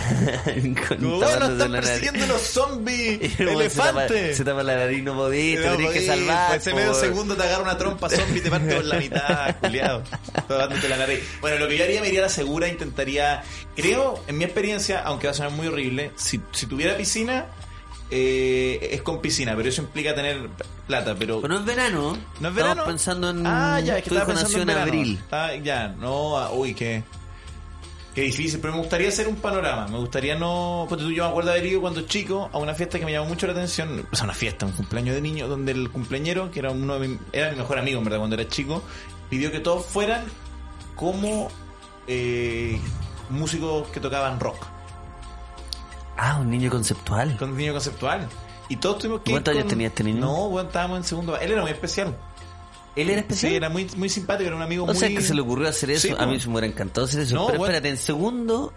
C: con
B: Como, "Weón, nos
C: tapándose
B: están
C: la nariz".
B: persiguiendo los zombies,
C: Y el weón se tapa-
B: elefante.
C: Se tapa la nariz, no podís, te
B: No,
C: tenés que
B: podí,
C: salvar.
B: pues, Ese
C: po,
B: medio
C: weón.
B: segundo te agarra una trompa zombie y te parte por la mitad, culiado. Tocándote la nariz. Bueno, lo que yo haría, me iría a la segura, intentaría. Creo, en mi experiencia, aunque va a sonar muy horrible, si, si tuviera piscina, eh, es con piscina, pero eso implica tener plata. Pero.
C: Pero no es verano.
B: ¿No es verano?
C: Estamos pensando en.
B: Ah, ya, es que
C: tu
B: estaba
C: hijo
B: pensando en
C: nació en,
B: verano.
C: abril.
B: Ah, ya, no, ah, uy, qué. Qué difícil, pero me gustaría hacer un panorama. Me gustaría no. Porque tú, yo me acuerdo haber ido cuando chico a una fiesta que me llamó mucho la atención. O sea, una fiesta, un cumpleaños de niño, donde el cumpleañero, que era uno de mi, era mi mejor amigo, en verdad, cuando era chico, pidió que todos fueran como eh, músicos que tocaban rock.
C: Ah, un niño conceptual.
B: Con un niño conceptual. Y todos tuvimos que. ir
C: ¿Cuántos años
B: con-
C: tenía este niño?
B: No, bueno, estábamos en segundo. Él era muy especial.
C: Él era
B: Sí,
C: especial.
B: era muy, muy simpático, era un amigo
C: o
B: muy.
C: sea, que se le ocurrió hacer eso.
B: Sí,
C: a mí
B: po.
C: se me hubiera encantado hacer eso.
B: No,
C: Pero
B: weón.
C: espérate, en segundo,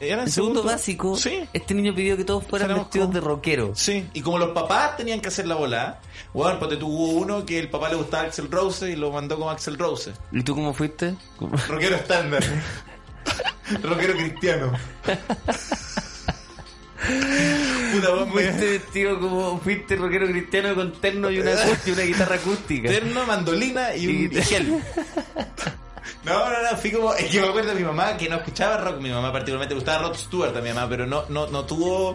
B: Era
C: en segundo, básico,
B: Sí.
C: este niño pidió que todos fueran
B: Fuéramos
C: vestidos
B: como-
C: de rockero.
B: Sí, y como los papás tenían que hacer la bola, bueno, pues tuvo uno que el papá le gustaba Axel Rose y lo mandó como Axel Rose.
C: ¿Y tú cómo fuiste?
B: Rockero estándar. Rockero cristiano. Puta, vos me-
C: Fuiste vestido como fuiste rockero cristiano con terno y una, acústica, y una guitarra acústica.
B: Terno, mandolina y
C: Y-
B: un y gel. No, no, no, fui como, es que me acuerdo de mi mamá que no escuchaba rock, mi mamá particularmente le gustaba Rod Stewart a mi mamá, pero no, no, no tuvo,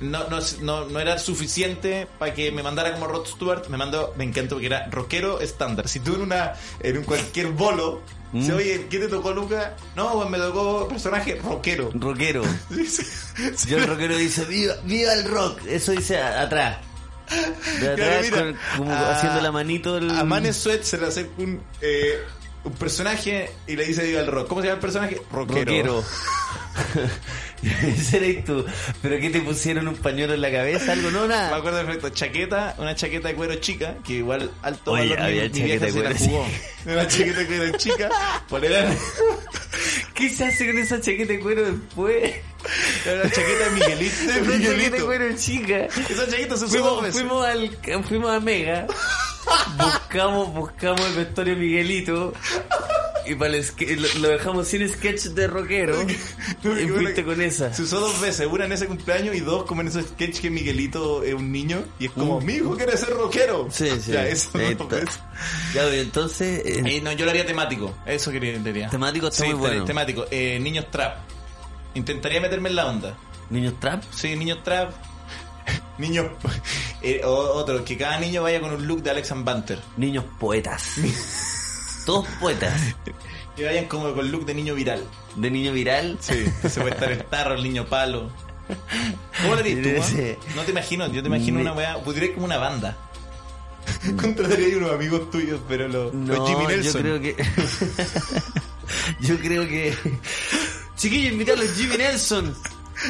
B: no, no, no, no era suficiente para que me mandara como Rod Stewart, me mandó, me encantó porque era rockero estándar. Si tú en una, en un cualquier bolo, dices, oye, ¿qué te tocó Luca? No, pues me tocó personaje rockero.
C: Rockero. Yo el rockero dice, viva, viva el rock. Eso dice a- atrás. De
B: Claro,
C: atrás,
B: mira,
C: con- como
B: a-
C: haciendo la manito. El...
B: A Mane Sweat se le acerca un, eh, un personaje y le dice viva el rock. ¿Cómo se llama el personaje?
C: rockero. Ese eres tú. ¿Pero qué te pusieron un pañuelo en la cabeza? ¿Algo? No,
B: Me
C: nada.
B: acuerdo perfecto, chaqueta, una chaqueta de cuero chica, que igual alto
C: Oye,
B: valor mi-
C: había
B: mi
C: chaqueta
B: vieja
C: de
B: se la
C: cuero
B: jugó. Una chaqueta de cuero chica, polera,
C: ¿Qué se hace con esa chaqueta de cuero después?
B: una chaqueta de Miguelito, de
C: Una chaqueta de
B: Miguelito.
C: cuero chica.
B: Esa chaqueta se usó dos
C: Fuimos,
B: veces.
C: fuimos, al, fuimos a Mega, buscamos, buscamos el vestuario Miguelito y para el ske- lo, lo dejamos sin sketch de rockero
B: No,
C: y
B: que
C: fuiste
B: una-
C: con esa.
B: Se usó dos veces, una en ese cumpleaños y dos como en esos sketch que Miguelito es un niño y es como, mi hijo quiere ser rockero.
C: Uh. Sí, sí.
B: Ya, eso
C: Ahí
B: dos
C: está.
B: veces.
C: Ya, y entonces... eh,
B: Eh, no, yo lo haría temático. Eso quería intentaría.
C: Temático está
B: sí,
C: muy bueno.
B: Temático. Eh, niños trap. Intentaría meterme en la onda.
C: Niños Trap.
B: Sí, niños trap. Niños. eh, o- otro, que cada niño vaya con un look de Alex and Banter.
C: Niños poetas. Todos poetas.
B: Que vayan como con look de niño viral.
C: De niño viral.
B: Sí. Se puede estar el tarro, el niño palo. ¿Cómo lo harías tú,
C: Sí.
B: Juan? No te imagino, yo te imagino
C: Me-
B: una weá. Pudieras como una banda. Contrataría a unos amigos tuyos, pero los, los Jimmy Nelson.
C: Yo creo que. yo creo que. Chiquillo, invita a los Jimmy Nelson.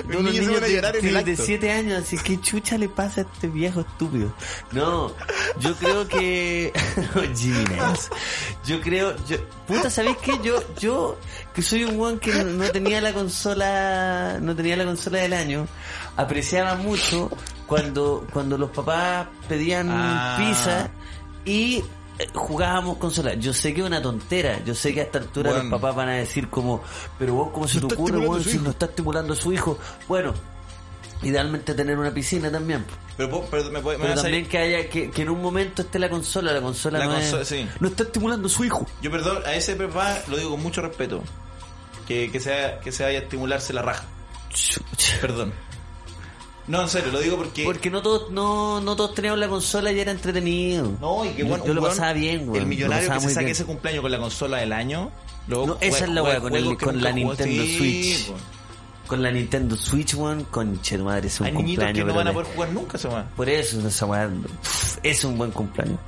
B: Los niños se van a llorar en
C: de,
B: el
C: de
B: acto.
C: 7 años, así que chucha le pasa a este viejo estúpido. No, yo creo que. Jimmy Nelson. Yo creo. Yo... Puta, ¿sabéis qué? Yo, yo, que soy un guan que no, no tenía la consola. No tenía la consola del año. Apreciaba mucho cuando, cuando los papás pedían
B: Ah.
C: pizza y eh, jugábamos consola. Yo sé que es una tontera, yo sé que a esta altura
B: Bueno.
C: los papás van a decir como, pero vos cómo se
B: No
C: te
B: está
C: ocurre,
B: estimulando
C: weón,
B: a su
C: si
B: hijo".
C: no está estimulando a su hijo. Bueno, idealmente tener una piscina también.
B: Pero, po- pero me, puede, me
C: Pero
B: vas a-
C: también que haya, que, que en un momento esté la consola, la consola,
B: La
C: no, es-
B: consola, sí.
C: no está estimulando a su hijo.
B: Yo perdón, a ese papá lo digo con mucho respeto. Que, que, sea, que se vaya a estimularse la raja.
C: Chucha.
B: Perdón. No, en serio, lo digo porque...
C: Porque no todos, no, no todos teníamos la consola y era entretenido.
B: No, y que
C: Yo-
B: bueno,
C: yo lo
B: weón,
C: pasaba bien, weón,
B: El
C: lo
B: millonario
C: pasaba
B: que se
C: muy
B: saque
C: bien.
B: ese cumpleaños con la consola del año... luego
C: No,
B: juega-
C: esa es la
B: juega
C: weá, con el-
B: juegos que
C: con
B: nunca
C: la
B: jugó.
C: Nintendo
B: Sí,
C: Switch.
B: weón.
C: Con la Nintendo Switch, weón, conche tu madre, es un
B: Hay niñitos
C: cumpleaños.
B: que no
C: pero
B: van a
C: me-
B: poder jugar nunca esa weá.
C: Por eso esa weá, pf, es un buen cumpleaños.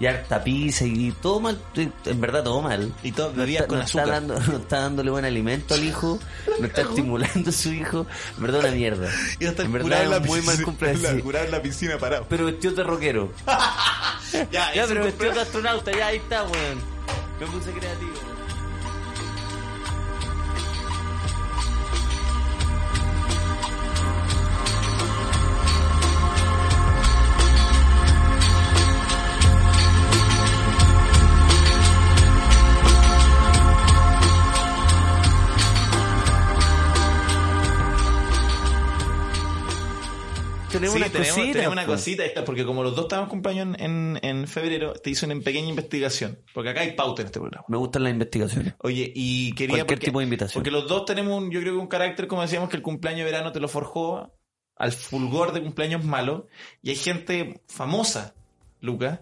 C: Y harta pizza y todo mal, en verdad todo mal.
B: Y todo,
C: No
B: bebidas
C: está,
B: con
C: no está
B: azúcar.
C: dando- no está dándole buen alimento al hijo, no está estimulando a su hijo. En verdad una mierda.
B: Y hasta
C: en
B: curado
C: verdad
B: en
C: es
B: la
C: un muy mal
B: piscina-
C: cumpleaños.
B: la-
C: sí.
B: curado en la piscina parado.
C: Pero vestido de rockero.
B: Ya,
C: Ya,
B: ese
C: pero
B: cumple-
C: vestido de astronauta, ya ahí está, weón. Me puse creativo.
B: Sí,
C: Tenemos una pues.
B: tenemos,
C: cosita.
B: tenemos una cosita, esta, porque como los dos estábamos compañeros en, en, en febrero, te hice una pequeña investigación, porque acá hay pauta en este programa.
C: Me gustan las investigaciones.
B: Oye, y quería...
C: Cualquier tipo de invitación.
B: Porque los dos tenemos, un, yo creo que un carácter, como decíamos, que el cumpleaños de verano te lo forjó al fulgor de cumpleaños malo. Y hay gente famosa, Lucas,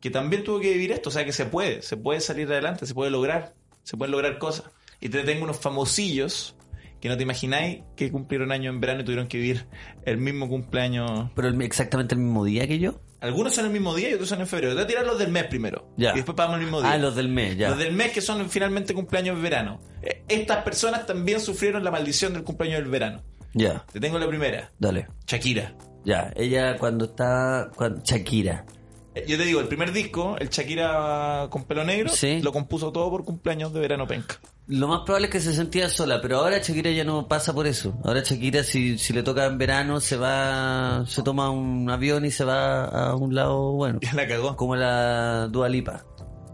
B: que también tuvo que vivir esto. O sea, que se puede, se puede salir adelante, se puede lograr, se pueden lograr cosas. Y te tengo unos famosillos que no te imagináis que cumplieron año en verano y tuvieron que vivir el mismo cumpleaños.
C: Pero el- exactamente el mismo día que yo.
B: Algunos son el mismo día y otros son en febrero. Te voy a tirar los del mes primero.
C: Ya.
B: Y después pagamos el mismo día.
C: Ah, los del mes, ya.
B: Los del mes que son finalmente cumpleaños de verano. Eh, Estas personas también sufrieron la maldición del cumpleaños del verano.
C: Ya,
B: Te tengo la primera,
C: dale.
B: Shakira.
C: Ya, ella cuando está... cuan- Shakira.
B: Eh, Yo te digo, el primer disco, el Shakira con pelo negro,
C: Sí.
B: lo compuso todo por cumpleaños de verano penca.
C: Lo más probable es que se sentía sola, pero ahora Shakira ya no pasa por eso. Ahora Shakira, si, si le toca en verano, se va... Se toma un avión y se va a un lado bueno.
B: Ya la cagó.
C: Como la Dua Lipa.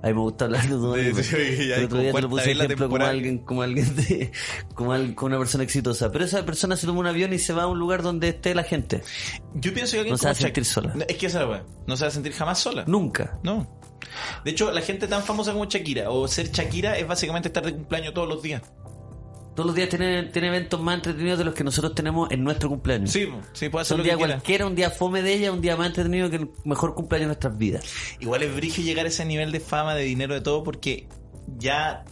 C: A mí me gusta hablar de todo.
B: Sí,
C: eso.
B: sí, y ahí
C: el otro día te
B: comparta
C: lo puse
B: ahí la
C: ejemplo como
B: temporada.
C: alguien, como alguien de, como, al- como una persona exitosa. Pero esa persona se toma un avión y se va a un lugar donde esté la gente.
B: Yo pienso que alguien
C: No se va a
B: como Shak-
C: sentir sola.
B: No, es que esa es la weá. No se va a sentir jamás sola.
C: Nunca.
B: No. De hecho, la gente tan famosa como Shakira o ser Shakira es básicamente estar de cumpleaños todos los días.
C: Todos los días tienen, tienen eventos más entretenidos de los que nosotros tenemos en nuestro cumpleaños.
B: Sí, po. sí, puede
C: Es
B: hacer
C: un
B: lo que
C: día
B: quiera.
C: cualquiera, un día fome de ella, un día más entretenido que el mejor cumpleaños de nuestras vidas.
B: Igual es brige llegar a ese nivel de fama, de dinero, de todo, porque ya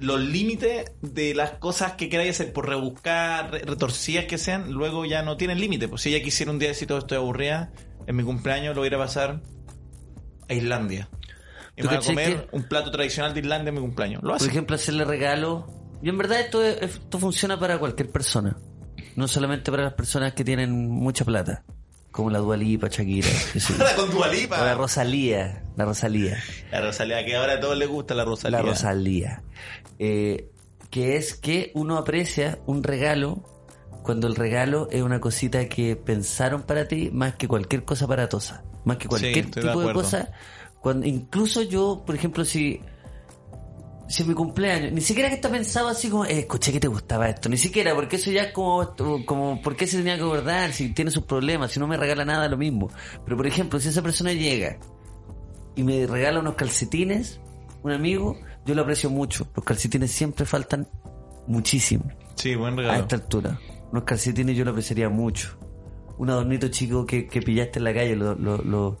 B: los límites de las cosas que queráis hacer por rebuscar, re- retorcidas que sean, luego ya no tienen límite. Pues si ella quisiera un día decir todo estoy aburrida, en mi cumpleaños lo voy a ir a pasar a Islandia. Y me
C: ¿Tú
B: voy a
C: cachai
B: comer
C: que-
B: un plato tradicional de Islandia en mi cumpleaños. Lo
C: Por
B: hace.
C: ejemplo, hacerle regalo. Y en verdad esto, es- esto funciona para cualquier persona. No solamente para las personas que tienen mucha plata. Como la Dualipa, Shakira. qué sé yo.
B: Ahora con
C: o la
B: Dualipa.
C: Rosalía. La Rosalía.
B: La Rosalía, que ahora a todos les gusta la Rosalía.
C: La Rosalía. Eh, que es que uno aprecia un regalo cuando el regalo es una cosita que pensaron para ti más que cualquier cosa baratosa. Más que cualquier
B: estoy de
C: tipo de,
B: acuerdo.
C: cosa. Cuando, incluso yo, por ejemplo, si... Si en mi cumpleaños, ni siquiera que está pensado así como, eh, escuché que te gustaba esto, ni siquiera, porque eso ya es como, como, ¿por qué se tenía que acordar? Si tiene sus problemas, si no me regala nada, lo mismo. Pero por ejemplo, si esa persona llega y me regala unos calcetines, un amigo, yo lo aprecio mucho. Los calcetines siempre faltan muchísimo
B: Sí, buen
C: a
B: regalo.
C: esta altura. Unos calcetines yo lo apreciaría mucho. Un adornito chico que, que pillaste en la calle lo, lo, lo,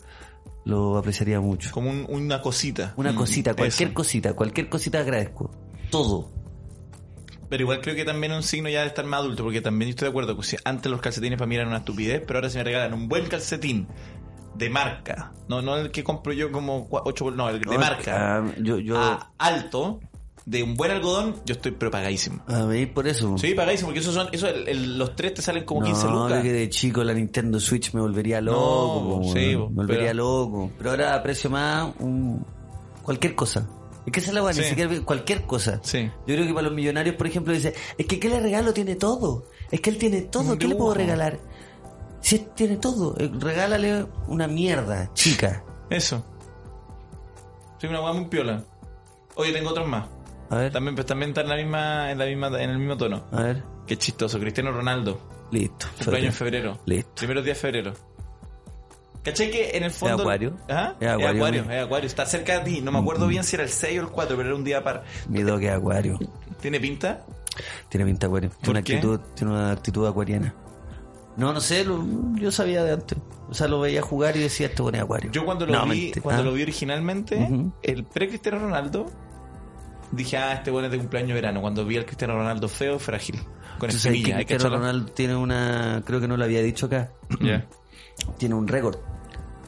C: lo apreciaría mucho.
B: Como un- una cosita.
C: Una
B: Mm,
C: cosita, cualquier
B: eso.
C: cosita, cualquier cosita agradezco. Todo.
B: Pero igual creo que también es un signo ya de estar más adulto, porque también yo estoy de acuerdo que si antes los calcetines para mí eran una estupidez, pero ahora si me regalan un buen calcetín de marca, no, no el que compro yo como 8, no, el de
C: No,
B: marca,
C: ah, yo, yo,
B: a alto, de un buen algodón, yo estoy pero pagadísimo.
C: a mí por eso.
B: Sí, pagadísimo, porque esos son, eso, los tres te salen como
C: no,
B: 15
C: creo
B: lucas.
C: que de chico la Nintendo Switch me volvería loco.
B: No,
C: po,
B: sí,
C: weón.
B: po,
C: me volvería
B: pero-
C: loco. Pero ahora aprecio más un- cualquier cosa. Es que esa es la weá, ni
B: Sí.
C: siquiera cualquier cosa.
B: Sí.
C: Yo creo que para los millonarios, por ejemplo, dice, es que ¿qué le regalo? Tiene todo. Es que él tiene todo.
B: Un
C: ¿Qué le
B: dibujo.
C: puedo regalar? Si él tiene todo, eh, regálale una mierda, chica.
B: Eso. Soy una guay muy piola. Oye, tengo otros más.
C: A ver,
B: También, pues, también está en la misma, en la misma, en el mismo tono.
C: a ver.
B: Qué chistoso, Cristiano Ronaldo.
C: Listo.
B: Cumpleaños en febrero.
C: Listo.
B: Primeros días de febrero. ¿Cachai que en el fondo.
C: ¿Es acuario?
B: Ajá.
C: ¿Es
B: Es
C: acuario,
B: acuario,
C: mi-
B: es acuario. Está cerca de ti. No me acuerdo bien si era el 6 o el 4, pero era un día par.
C: Mi doque es acuario.
B: ¿Tiene pinta?
C: Tiene pinta acuario. Tiene
B: ¿Por
C: una
B: qué?
C: actitud, tiene una actitud acuariana. No, no sé, lo- yo sabía de antes. O sea, lo veía jugar y decía esto con acuario.
B: Yo cuando lo
C: No,
B: vi,
C: mentira.
B: cuando
C: Ah.
B: lo vi originalmente,
C: Ujú.
B: el pre-Cristiano Ronaldo, dije, ah, este bueno es de cumpleaños de verano. Cuando vi al Cristiano Ronaldo feo, frágil. Con
C: Tú sabes que
B: espinilla, hay que
C: Cristiano
B: echarlo.
C: Ronaldo tiene una, creo que no lo había dicho acá,
B: Ya.
C: tiene un récord,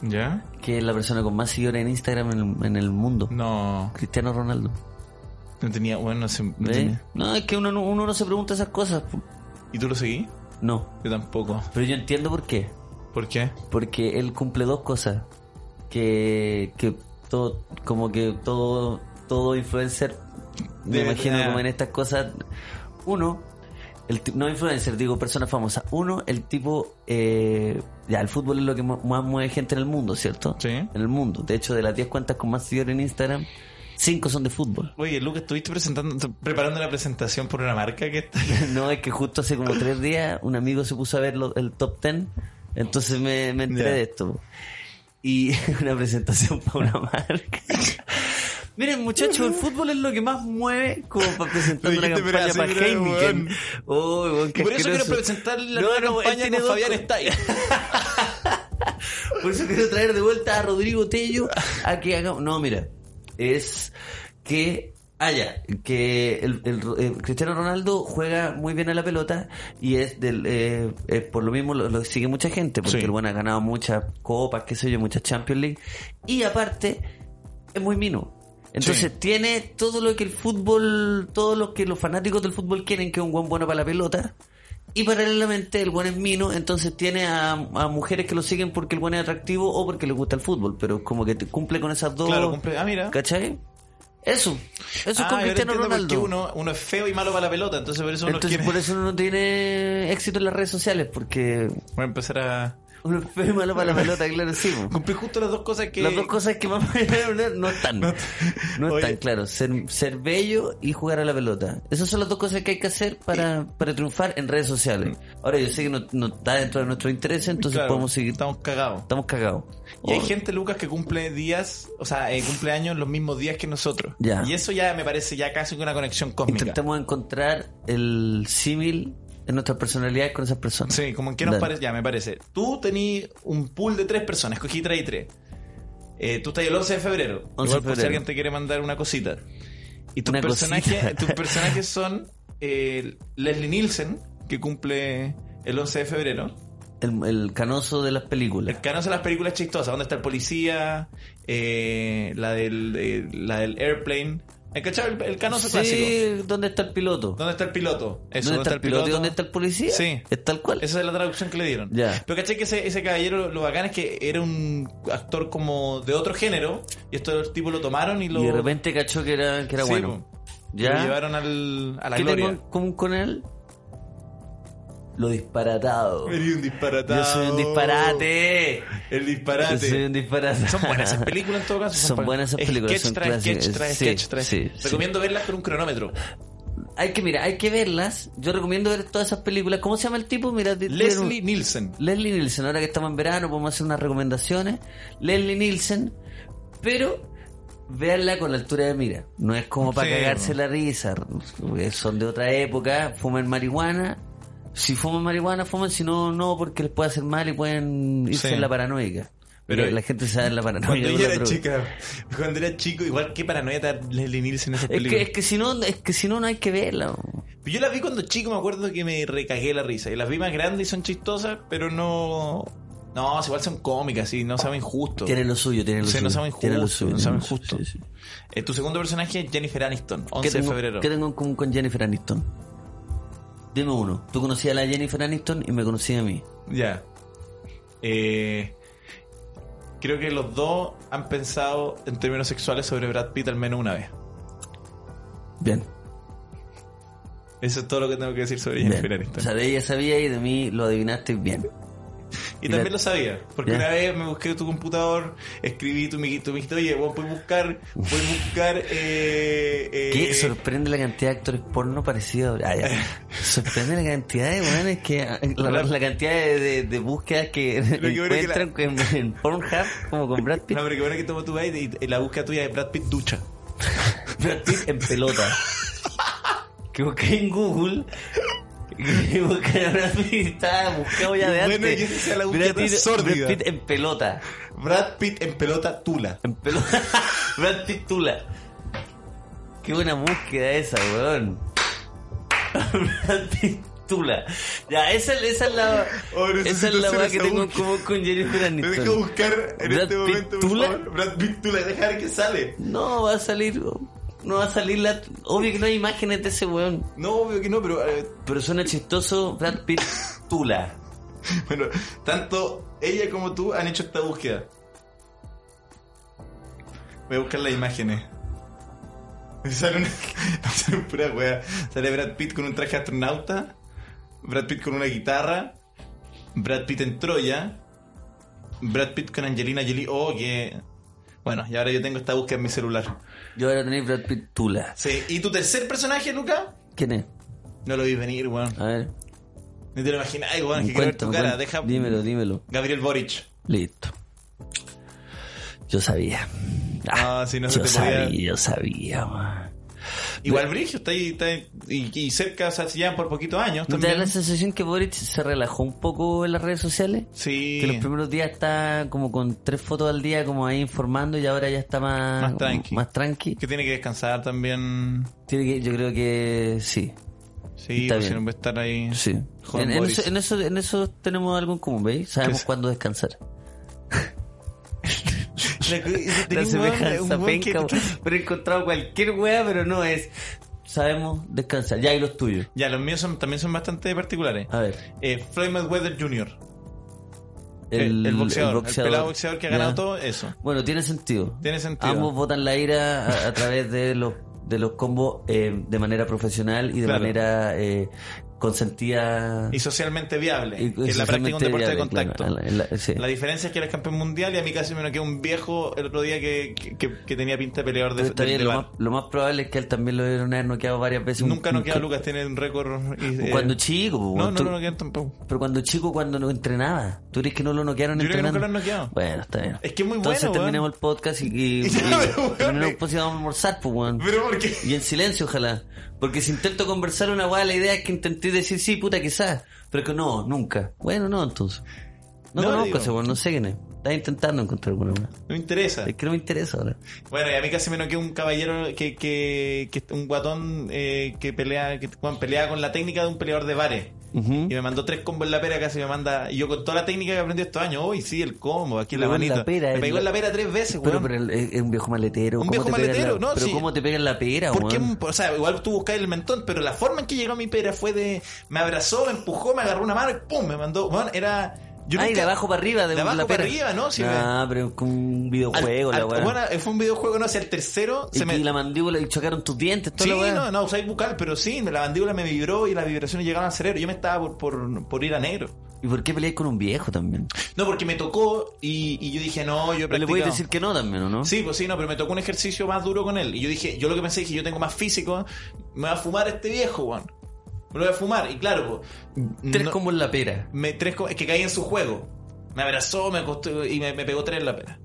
B: ¿Ya?
C: que es la persona con más seguidores en Instagram en el, en el mundo.
B: No,
C: Cristiano Ronaldo.
B: no tenía, bueno, no sé. no
C: ¿Ve?
B: tenía.
C: No, es que uno, no- uno no se pregunta esas cosas.
B: ¿Y tú lo seguí?
C: No.
B: Yo tampoco.
C: Pero yo entiendo por qué.
B: ¿Por qué?
C: Porque él cumple dos cosas. Que, que todo, como que todo, todo influencer, me
B: Debe-
C: imagino
B: ah.
C: como en estas cosas. Uno, el ti- no influencer, digo persona famosa. Uno, el tipo, eh, ya, el fútbol es lo que mo- más mueve gente en el mundo, ¿cierto?
B: Sí.
C: En el mundo. De hecho, de las 10 cuentas con más seguidores en Instagram, 5 son de fútbol.
B: Oye, Lucas, estuviste presentando, preparando la presentación por una marca que está.
C: No, es que justo hace como tres días un amigo se puso a ver lo- el top ten, entonces me, me enteré
B: Ya.
C: de esto. Y una presentación para una marca. Miren, muchachos, el fútbol es lo que más mueve como para presentar
B: Lo
C: una
B: dijiste, pero
C: campaña
B: así,
C: para
B: pero,
C: Heineken.
B: weón.
C: Oh, weón, qué
B: Por eso quiero
C: asqueroso.
B: presentar la
C: No,
B: nueva
C: no, él
B: campaña
C: tiene
B: con
C: dos
B: Fabián
C: co-
B: Style.
C: Por eso quiero traer de vuelta a Rodrigo Tello a que haga... No, mira, es que... Ah, ya, que el, el- eh, Cristiano Ronaldo juega muy bien a la pelota y es del... eh, eh, por lo mismo lo, lo sigue mucha gente, porque
B: Sí.
C: el bueno ha ganado muchas copas, qué sé yo, muchas Champions League. Y aparte, es muy mino. Entonces
B: Sí.
C: tiene todo lo que el fútbol, todo lo que los fanáticos del fútbol quieren, que es un buen bueno para la pelota. Y paralelamente el buen es mino, entonces tiene a, a mujeres que lo siguen porque el buen es atractivo o porque les gusta el fútbol, pero como que te cumple con esas dos.
B: Claro, cumple. Ah, mira.
C: ¿Cachai? Eso. Eso
B: Ah,
C: es con
B: ahora
C: Cristiano
B: entiendo por qué
C: Ronaldo.
B: Uno, uno es feo y malo para la pelota, entonces por eso uno
C: entonces
B: quiere.
C: por eso uno no tiene éxito en las redes sociales, porque
B: Voy a empezar a.
C: Un enfermo malo para la pelota, claro, sí. po.
B: Cumplí justo las dos cosas que.
C: Las dos cosas que más me ganaron no están. No
B: Oye.
C: están, claro. Ser, ser bello y jugar a la pelota. Esas son las dos cosas que hay que hacer para, para triunfar en redes sociales. Ahora, yo sé que no, no está dentro de nuestro interés, entonces
B: Mm. Claro,
C: podemos seguir.
B: Estamos cagados.
C: Estamos cagados.
B: Y hay
C: Oh,
B: gente, Lucas, que cumple días, o sea, eh, cumple años los mismos días que nosotros.
C: Ya.
B: Y eso ya me parece ya casi una conexión cósmica.
C: Intentemos encontrar el símil en nuestras personalidades con esas personas.
B: Sí, como en qué nos
C: Dale.
B: parece, ya me parece. Tú tení un pool de tres personas, escogí tres y tres. Eh, tú estás el 11 de febrero. 11
C: de
B: por si
C: febrero.
B: alguien te quiere mandar una cosita. Y tus
C: Una
B: personajes,
C: cosita.
B: tus personajes son eh, Leslie Nielsen, que cumple el 11 de febrero.
C: El, el canoso de las películas.
B: El canon son las películas chistosas, donde está el policía, eh, la, del, eh, la del airplane. ¿Has cachado el, el canoso clásico?
C: Sí, ¿dónde está el piloto?
B: ¿Dónde está el piloto? Eso,
C: ¿Dónde está el piloto? y ¿Dónde está el policía?
B: Sí.
C: Es tal cual.
B: Esa es la traducción que le dieron.
C: Ya.
B: Pero caché que ese, ese caballero, lo, lo bacán es que era un actor como de otro género, y estos tipos lo tomaron y lo.
C: Y de repente cachó que era, que era
B: Sí,
C: bueno.
B: po. y
C: Ya.
B: lo llevaron al, a la
C: ¿Qué
B: gloria.
C: tengo en común con él? Lo disparatado.
B: Era un disparatado.
C: Yo soy un disparate.
B: El
C: Yo
B: disparate.
C: soy un disparate.
B: Son buenas esas películas en todo caso.
C: Son
B: pa-
C: buenas esas películas,
B: Sketch
C: son
B: tras sketch
C: clásicas.
B: tras
C: Sí,
B: sketch tras
C: sí, sí.
B: Recomiendo verlas con un cronómetro.
C: Hay que, mira, hay que verlas. Yo recomiendo ver todas esas películas. ¿Cómo se llama el tipo? Mira, tiene un-
B: Leslie Nielsen.
C: Leslie Nielsen, ahora que estamos en verano, podemos hacer unas recomendaciones. Leslie Nielsen, pero véanla con la altura de mira. No es como para
B: Sí.
C: cagarse la risa. porque Son de otra época, fumen marihuana. Si fuman marihuana, fumen, si no, no, porque les puede hacer mal y pueden irse
B: Sí.
C: en la paranoica.
B: Pero-
C: Pero la gente se da en la paranoia.
B: Cuando
C: con
B: yo era
C: la droga.
B: chica, cuando era chico, igual que paranoia te da Leslie Nielsen en esas
C: Es
B: películas.
C: que, es que si no, es que si no, no hay que verla.
B: Yo las vi cuando chico, me acuerdo que me recagué la risa. Y las vi más grandes y son chistosas, pero no. No, igual son cómicas y no saben justo.
C: Tiene lo suyo, tiene lo
B: Sí,
C: suyo.
B: no saben
C: tiene lo
B: justo,
C: suyo,
B: no
C: tiene
B: saben
C: lo suyo,
B: justo.
C: sí, sí.
B: Eh, tu segundo personaje es Jennifer Aniston, 11
C: ¿Qué tengo,
B: de febrero.
C: qué tengo en común con Jennifer Aniston? Dime uno. Tú conocías a la Jennifer Aniston y me conocías a mí.
B: Ya. Eh, creo que los dos han pensado en términos sexuales sobre Brad Pitt al menos una vez.
C: Bien.
B: Eso es todo lo que tengo que decir sobre
C: bien.
B: Jennifer Aniston.
C: O sea, de ella sabía y de mí lo adivinaste bien.
B: y también
C: mira-
B: lo sabía, porque
C: Ya.
B: una vez me busqué tu computador, escribí tu mijito, me dijiste, oye, vos puedes buscar, puedes buscar. Eh, eh,
C: ¿Qué? Sorprende la cantidad de actores porno parecidos. Ah, ya. Sorprende la cantidad de weones que. ah, La,
B: La-
C: la cantidad de, de- de búsquedas que
B: bueno es que la-
C: encuentran en, en Pornhub, como con Brad Pitt.
B: No, pero qué bueno que tomo tu baile y la búsqueda tuya de Brad Pitt ducha.
C: Brad Pitt en pelota. Que busqué en Google. Que busqué a Brad Pitt. Estaba buscado ya de
B: Bueno,
C: antes.
B: y esa sea la búsqueda
C: Brad Pitt,
B: sórdida.
C: Brad Pitt en pelota.
B: Brad Pitt en pelota tula.
C: En pelota. Brad Pitt Tula. Qué buena búsqueda esa, weón. Brad Pitt Tula. Ya, esa, esa es la.
B: Oh,
C: esa es
B: necesito
C: la
B: hacer
C: weá
B: esa
C: que tengo en
B: búsqueda.
C: común con Jennifer
B: Me deja
C: Aniston.
B: buscar en
C: ¿Brad
B: este
C: Pitt
B: momento, por
C: tula?
B: favor. Brad Pitt tula, deja ver que sale.
C: No, va a salir. No va a salir la. Obvio que no hay imágenes de ese weón.
B: No, obvio que no, pero eh,
C: Pero suena chistoso Brad Pitt Tula.
B: bueno, tanto ella como tú han hecho esta búsqueda. Voy a buscar las imágenes. Me Sale una, sale pura wea. Sale Brad Pitt con un traje de astronauta, Brad Pitt con una guitarra, Brad Pitt en Troya, Brad Pitt con Angelina Jolie. Oh, que. Bueno, y ahora yo tengo esta búsqueda en mi celular.
C: Yo ahora tenéis Brad Pitt Tula.
B: Sí, ¿y tu tercer personaje, Luca?
C: ¿Quién es?
B: No lo vi venir, weón.
C: A ver.
B: Ni te lo imaginas. Ay, weón, que quiero ver
C: encuentro,
B: tu cara.
C: encuentro.
B: Deja.
C: Dímelo, dímelo.
B: Gabriel Boric.
C: Listo. Yo sabía.
B: No, si Ah, no se
C: Ah, yo
B: te podía-
C: sabía, yo sabía. man.
B: Igual Brigio está ahí, está ahí- y, y cerca, o sea, se llevan por poquitos años
C: ¿No te da
B: también.
C: la sensación que Boric se relajó un poco en las redes sociales? Que los
B: Sí,
C: primeros días está como con tres fotos al día, como ahí informando, y ahora ya está más,
B: Más tranqui.
C: Más tranqui.
B: que tiene que descansar también.
C: Tiene que, yo creo que sí.
B: Sí,
C: Está
B: pues,
C: bien.
B: si no puede estar ahí.
C: sí.
B: Joven
C: En, en
B: Boric.
C: eso, en, eso, en eso tenemos algo en común, ¿veis? Sabemos
B: es?
C: cuándo descansar.
B: La-
C: la
B: tenía un weón-
C: semejanza
B: un weón que-
C: penca, weón. pero he encontrado cualquier wea, pero no es. Sabemos descansar. Ya, y los tuyos.
B: Ya, los míos son, también son bastante particulares.
C: A ver.
B: Eh, Floyd Mayweather Jr., Eh, el, el boxeador, el, pelado boxeador que ha
C: Ya.
B: ganado todo eso.
C: Bueno, tiene sentido.
B: Tiene sentido.
C: Ambos votan la ira a, a través de los de los combos eh, de manera profesional y de
B: Claro.
C: manera eh, consentida.
B: Y socialmente viable,
C: Ah. y- y
B: que es la práctica de un deporte de
C: socialmente viable,
B: contacto.
C: claro, en la- en la- sí.
B: La diferencia es que eres campeón mundial y a mí casi me lo quedó un viejo el otro día que, que- que- que tenía pinta de peleador de,
C: Pero está
B: del
C: bien, lo,
B: bar.
C: más, lo más probable es que él también lo dieron haber noqueado varias veces.
B: Nunca
C: Un-
B: no queda
C: un-
B: Lucas, tiene un récord. y, eh,
C: Cuando chico, po,
B: No, no,
C: tú-
B: no, no queda tampoco.
C: pero cuando chico, cuando no entrenaba. ¿Tú crees que no lo noquearon
B: Yo creo que
C: entrenando?
B: nunca lo han noqueado.
C: Bueno, está bien.
B: Es que es muy
C: Entonces
B: bueno,
C: terminemos
B: weón.
C: el podcast y, y,
B: Ya,
C: y-
B: pero, weón,
C: terminemos
B: eh.
C: pues, y vamos a almorzar, pues, weón.
B: Pero porque.
C: Y en silencio, ojalá. Porque si intento conversar una weá, la idea es que intenté decir sí, puta, quizás. Pero que no, nunca. Bueno, no, entonces. No,
B: No,
C: conozco
B: digo.
C: a ese weón, no sé quién es. Estaba intentando encontrar alguna weá.
B: No me interesa.
C: Es que no me interesa ahora.
B: Bueno, y a mí casi me noqueó un caballero que, que, que un guatón eh, que pelea que Juan, peleaba con la técnica de un peleador de bares.
C: Ujú.
B: Y me mandó tres combos en la pera, casi me manda. Y yo con toda la técnica que aprendí estos años, uy, sí, el combo, aquí la
C: Pegó en la
B: manito.
C: pera,
B: me
C: el-
B: pegó en la pera tres veces,
C: Pero,
B: weón.
C: pero el- es un viejo maletero.
B: Un
C: ¿cómo
B: viejo
C: te pega
B: maletero,
C: la-
B: no,
C: Pero
B: sí.
C: cómo te pegan la pera,
B: ¿Por qué?
C: weón.
B: O sea, igual tú buscabas el mentón, pero la forma en que llegó a mi pera fue de. Me abrazó, me empujó, me agarró una mano y ¡pum! Me mandó. Bueno, era. Yo
C: Ay,
B: nunca-
C: Ah, de abajo para arriba, de,
B: de abajo
C: la
B: para
C: pera.
B: arriba, ¿no? Sí,
C: ah, pero es como un
B: al-
C: videojuego, la
B: al-
C: weá.
B: bueno, fue un videojuego, no sé, el tercero
C: y,
B: se me.
C: y la mandíbula y chocaron tus dientes, toda
B: Sí,
C: la weá.
B: no, no, usáis bucal, pero sí, la mandíbula me vibró y las vibraciones llegaron al cerebro. Yo me estaba por, por, por ir a negro.
C: ¿Y por qué peleas con un viejo también?
B: No, porque me tocó y, y yo dije, no, yo he
C: Pero le
B: practicado.
C: puedes decir que no también, ¿o no?
B: Sí, pues sí, no, pero me tocó un ejercicio más duro con él. Y yo dije, yo lo que pensé dije, yo tengo más físico, me va a fumar este viejo, weón. Me lo voy a fumar. Y claro, pues.
C: Tres
B: no-
C: como en la pera.
B: me, tres co- es que caí en su juego. Me abrazó, me acostó y me, me pegó tres en la pena.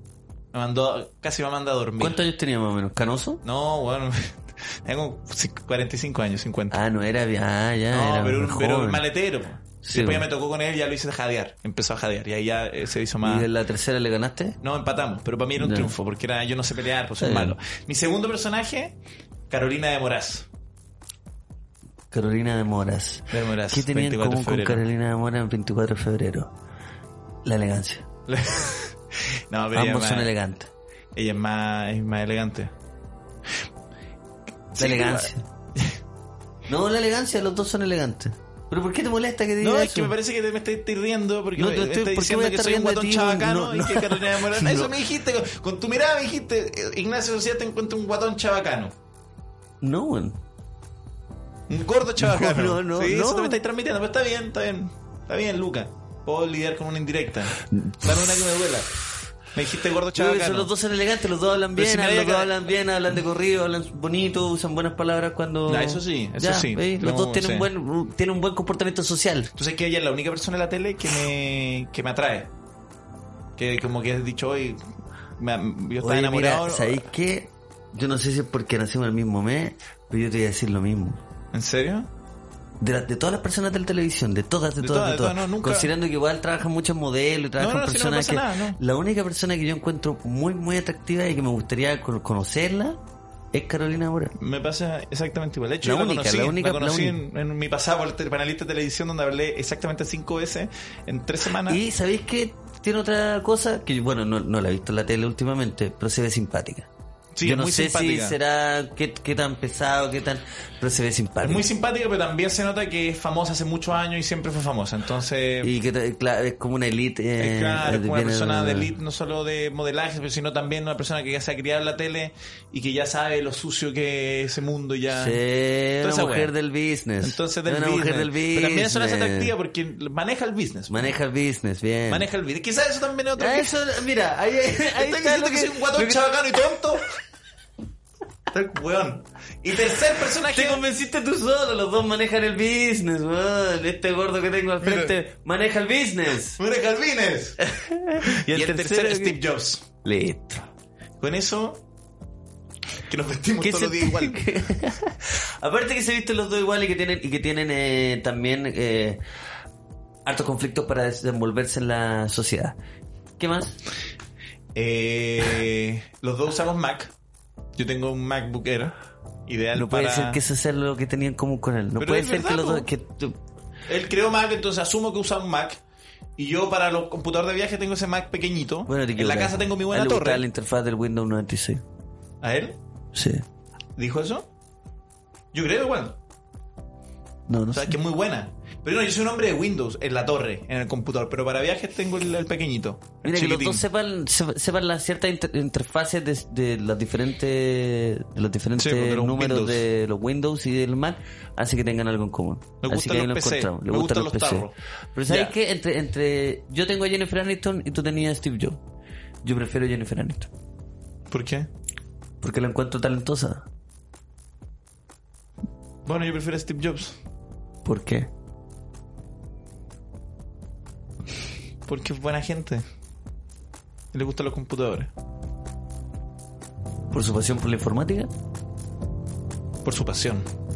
B: Me mandó, casi me manda a dormir.
C: ¿Cuántos años tenía más o menos? ¿Canoso?
B: No, bueno, tengo cinc- 45 años, 50.
C: Ah, no, era... Ah, ya,
B: no,
C: era
B: pero, un-
C: joven.
B: pero un maletero. po.
C: Sí,
B: Después ya
C: po.
B: me tocó con él, ya lo hice jadear. Empezó a jadear y ahí ya eh, se hizo más.
C: ¿Y en la tercera le ganaste?
B: No, empatamos, pero para mí era un
C: Ya.
B: triunfo, porque era yo no sé pelear, pues soy
C: Sí.
B: malo. Mi segundo personaje, Carolina de Moraz.
C: Carolina de Moras.
B: De Moraz,
C: ¿Qué tenía en
B: 24
C: común
B: de
C: con
B: febrero.
C: Carolina de Moras en 24 de febrero? La elegancia.
B: no, pero ella,
C: Ambos
B: es
C: son
B: más,
C: elegantes.
B: ella es más, es más elegante.
C: La
B: Sí,
C: elegancia. No, la elegancia, los dos son elegantes. ¿Pero por qué te molesta que diga
B: No,
C: eso?
B: es que me parece que te- me estáis estáis riendo porque
C: No,
B: me,
C: te
B: me
C: estoy-
B: estáis
C: ¿por qué voy
B: diciendo
C: a
B: que
C: estar
B: soy un
C: riendo de
B: guatón
C: ti?
B: chabacano
C: No,
B: y
C: no.
B: que Carolina de Moraz. Eso
C: No.
B: me dijiste, con, con tu mirada me dijiste, eh, Ignacio Sociedad te encuentra un guatón chabacano.
C: No, weón.
B: Un gordo chabacano.
C: No, no,
B: sí,
C: no.
B: eso te me estáis transmitiendo, pero está bien, está bien. Está bien, Luca. Puedo lidiar con una indirecta. Dame una que me duela. Me dijiste gordo
C: Yo creo que son-
B: chabacano.
C: los dos son elegantes, los dos hablan
B: Pero
C: bien,
B: si me
C: los
B: diga-
C: dos hablan bien, hablan de corrido, hablan bonito, usan buenas palabras cuando...
B: Ah, eso sí, eso
C: Ya,
B: sí.
C: ¿veis? Los
B: No,
C: dos tienen,
B: sí.
C: un buen, tienen un buen comportamiento social.
B: Tú sabes que ella es la única persona en la tele que me, que me atrae. Que como que has dicho hoy, me- yo estaba
C: Oye,
B: enamorado. ah.
C: Mira, ¿Sabéis qué? Yo no sé si es porque nacimos el mismo mes, pero yo te voy a decir lo mismo.
B: ¿En serio?
C: De, las- de todas las personas de la televisión, de todas, de,
B: De
C: todas,
B: todas,
C: de
B: de
C: todas.
B: todas, no, nunca-
C: Considerando que igual trabajan muchos modelos y trabajan
B: no, no, si no me
C: personas
B: pasa
C: que.
B: nada, no.
C: La única persona que yo encuentro muy, muy atractiva y que me gustaría con- conocerla es Carolina Mora.
B: Me pasa exactamente igual. De hecho,
C: La
B: yo
C: única,
B: conocí,
C: la única,
B: la conocí
C: la
B: en, en mi pasado por el panelista de televisión donde hablé exactamente cinco veces en tres semanas.
C: Y ¿sabéis qué? Tiene otra cosa que, bueno, no, no la he visto en la tele últimamente, pero se ve simpática.
B: Sí,
C: yo
B: es
C: no
B: muy
C: sé
B: simpática.
C: si será qué, qué tan pesado, qué tan. Pero se ve
B: Es
C: simpática.
B: muy simpática, pero también se nota que es famosa hace muchos años y siempre fue famosa. Entonces,
C: Y que te- claro, es como una elite. eh,
B: es claro, es como una
C: viene-
B: persona de elite, no solo de modelaje, pero sino también una persona que ya se ha criado en la tele y que ya sabe lo sucio que es ese mundo ya.
C: Sí,
B: Toda esa
C: una mujer
B: wea.
C: del business.
B: Entonces, del
C: una
B: business.
C: mujer del business.
B: Pero también eso la hace atractiva porque maneja el business.
C: Maneja el business, bien.
B: Maneja el business. Quizás eso también es otro.
C: Ah, eso, mira, ahí, ahí
B: Ahí está
C: está
B: diciendo
C: lo
B: que,
C: que-
B: soy un guatón
C: lo que-
B: chabacano y tonto. Está weón. Y tercer personaje.
C: Te convenciste tú solo, los dos manejan el business, weón. Este gordo que tengo al frente maneja el business.
B: Mira, Calvines. y el, tercero,
C: tercero que-
B: Steve Jobs.
C: Listo.
B: Con eso. Que nos vestimos
C: Que
B: todos los
C: se-
B: días igual.
C: que- Aparte que se visten los dos igual y que tienen, y que tienen eh, también eh, hartos conflictos para desenvolverse en la sociedad. ¿Qué más?
B: Eh, los dos usamos Mac. Yo tengo un MacBook Air. Ideal
C: No puede
B: para-
C: ser que eso sea lo que tenían en común con él. No
B: Pero
C: puede
B: es
C: ser que
B: verdad,
C: los
B: po.
C: dos... Que tú-
B: Él creó Mac, entonces asumo que usa un Mac. Y yo para los computadores de viaje tengo ese Mac pequeñito.
C: Bueno, te
B: en la
C: equivocas.
B: casa tengo mi
C: A
B: buena
C: él le gustaba la
B: torre.
C: interfaz del Windows 96.
B: ¿A él?
C: Sí.
B: ¿Dijo eso? Yo creo igual.
C: No, no
B: O sea,
C: sé.
B: que es muy buena. Pero no, yo soy un hombre de Windows en la torre, en el computador. Pero para viajes tengo el, el pequeñito. El
C: Mira, que los
B: chiquitín.
C: dos sepan, se- sepan las ciertas inter- interfaces de, de las diferentes, de los diferentes
B: Sí, porque los
C: números
B: Windows.
C: de los Windows y del Mac, así que tengan algo en común.
B: Me
C: así
B: gustan
C: que
B: los
C: ahí lo
B: PC,
C: encontramos. Le
B: me gustan los
C: PC.
B: tarros.
C: Pero ¿sabes
B: Ya.
C: qué? Entre, entre, yo tengo a Jennifer Aniston y tú tenías a Steve Jobs. Yo prefiero a Jennifer Aniston.
B: ¿Por qué?
C: Porque la encuentro talentosa.
B: Bueno, yo prefiero a Steve Jobs.
C: ¿Por qué?
B: Porque es buena gente. Y Le gustan los computadores.
C: ¿Por su pasión por la informática?
B: Por su pasión.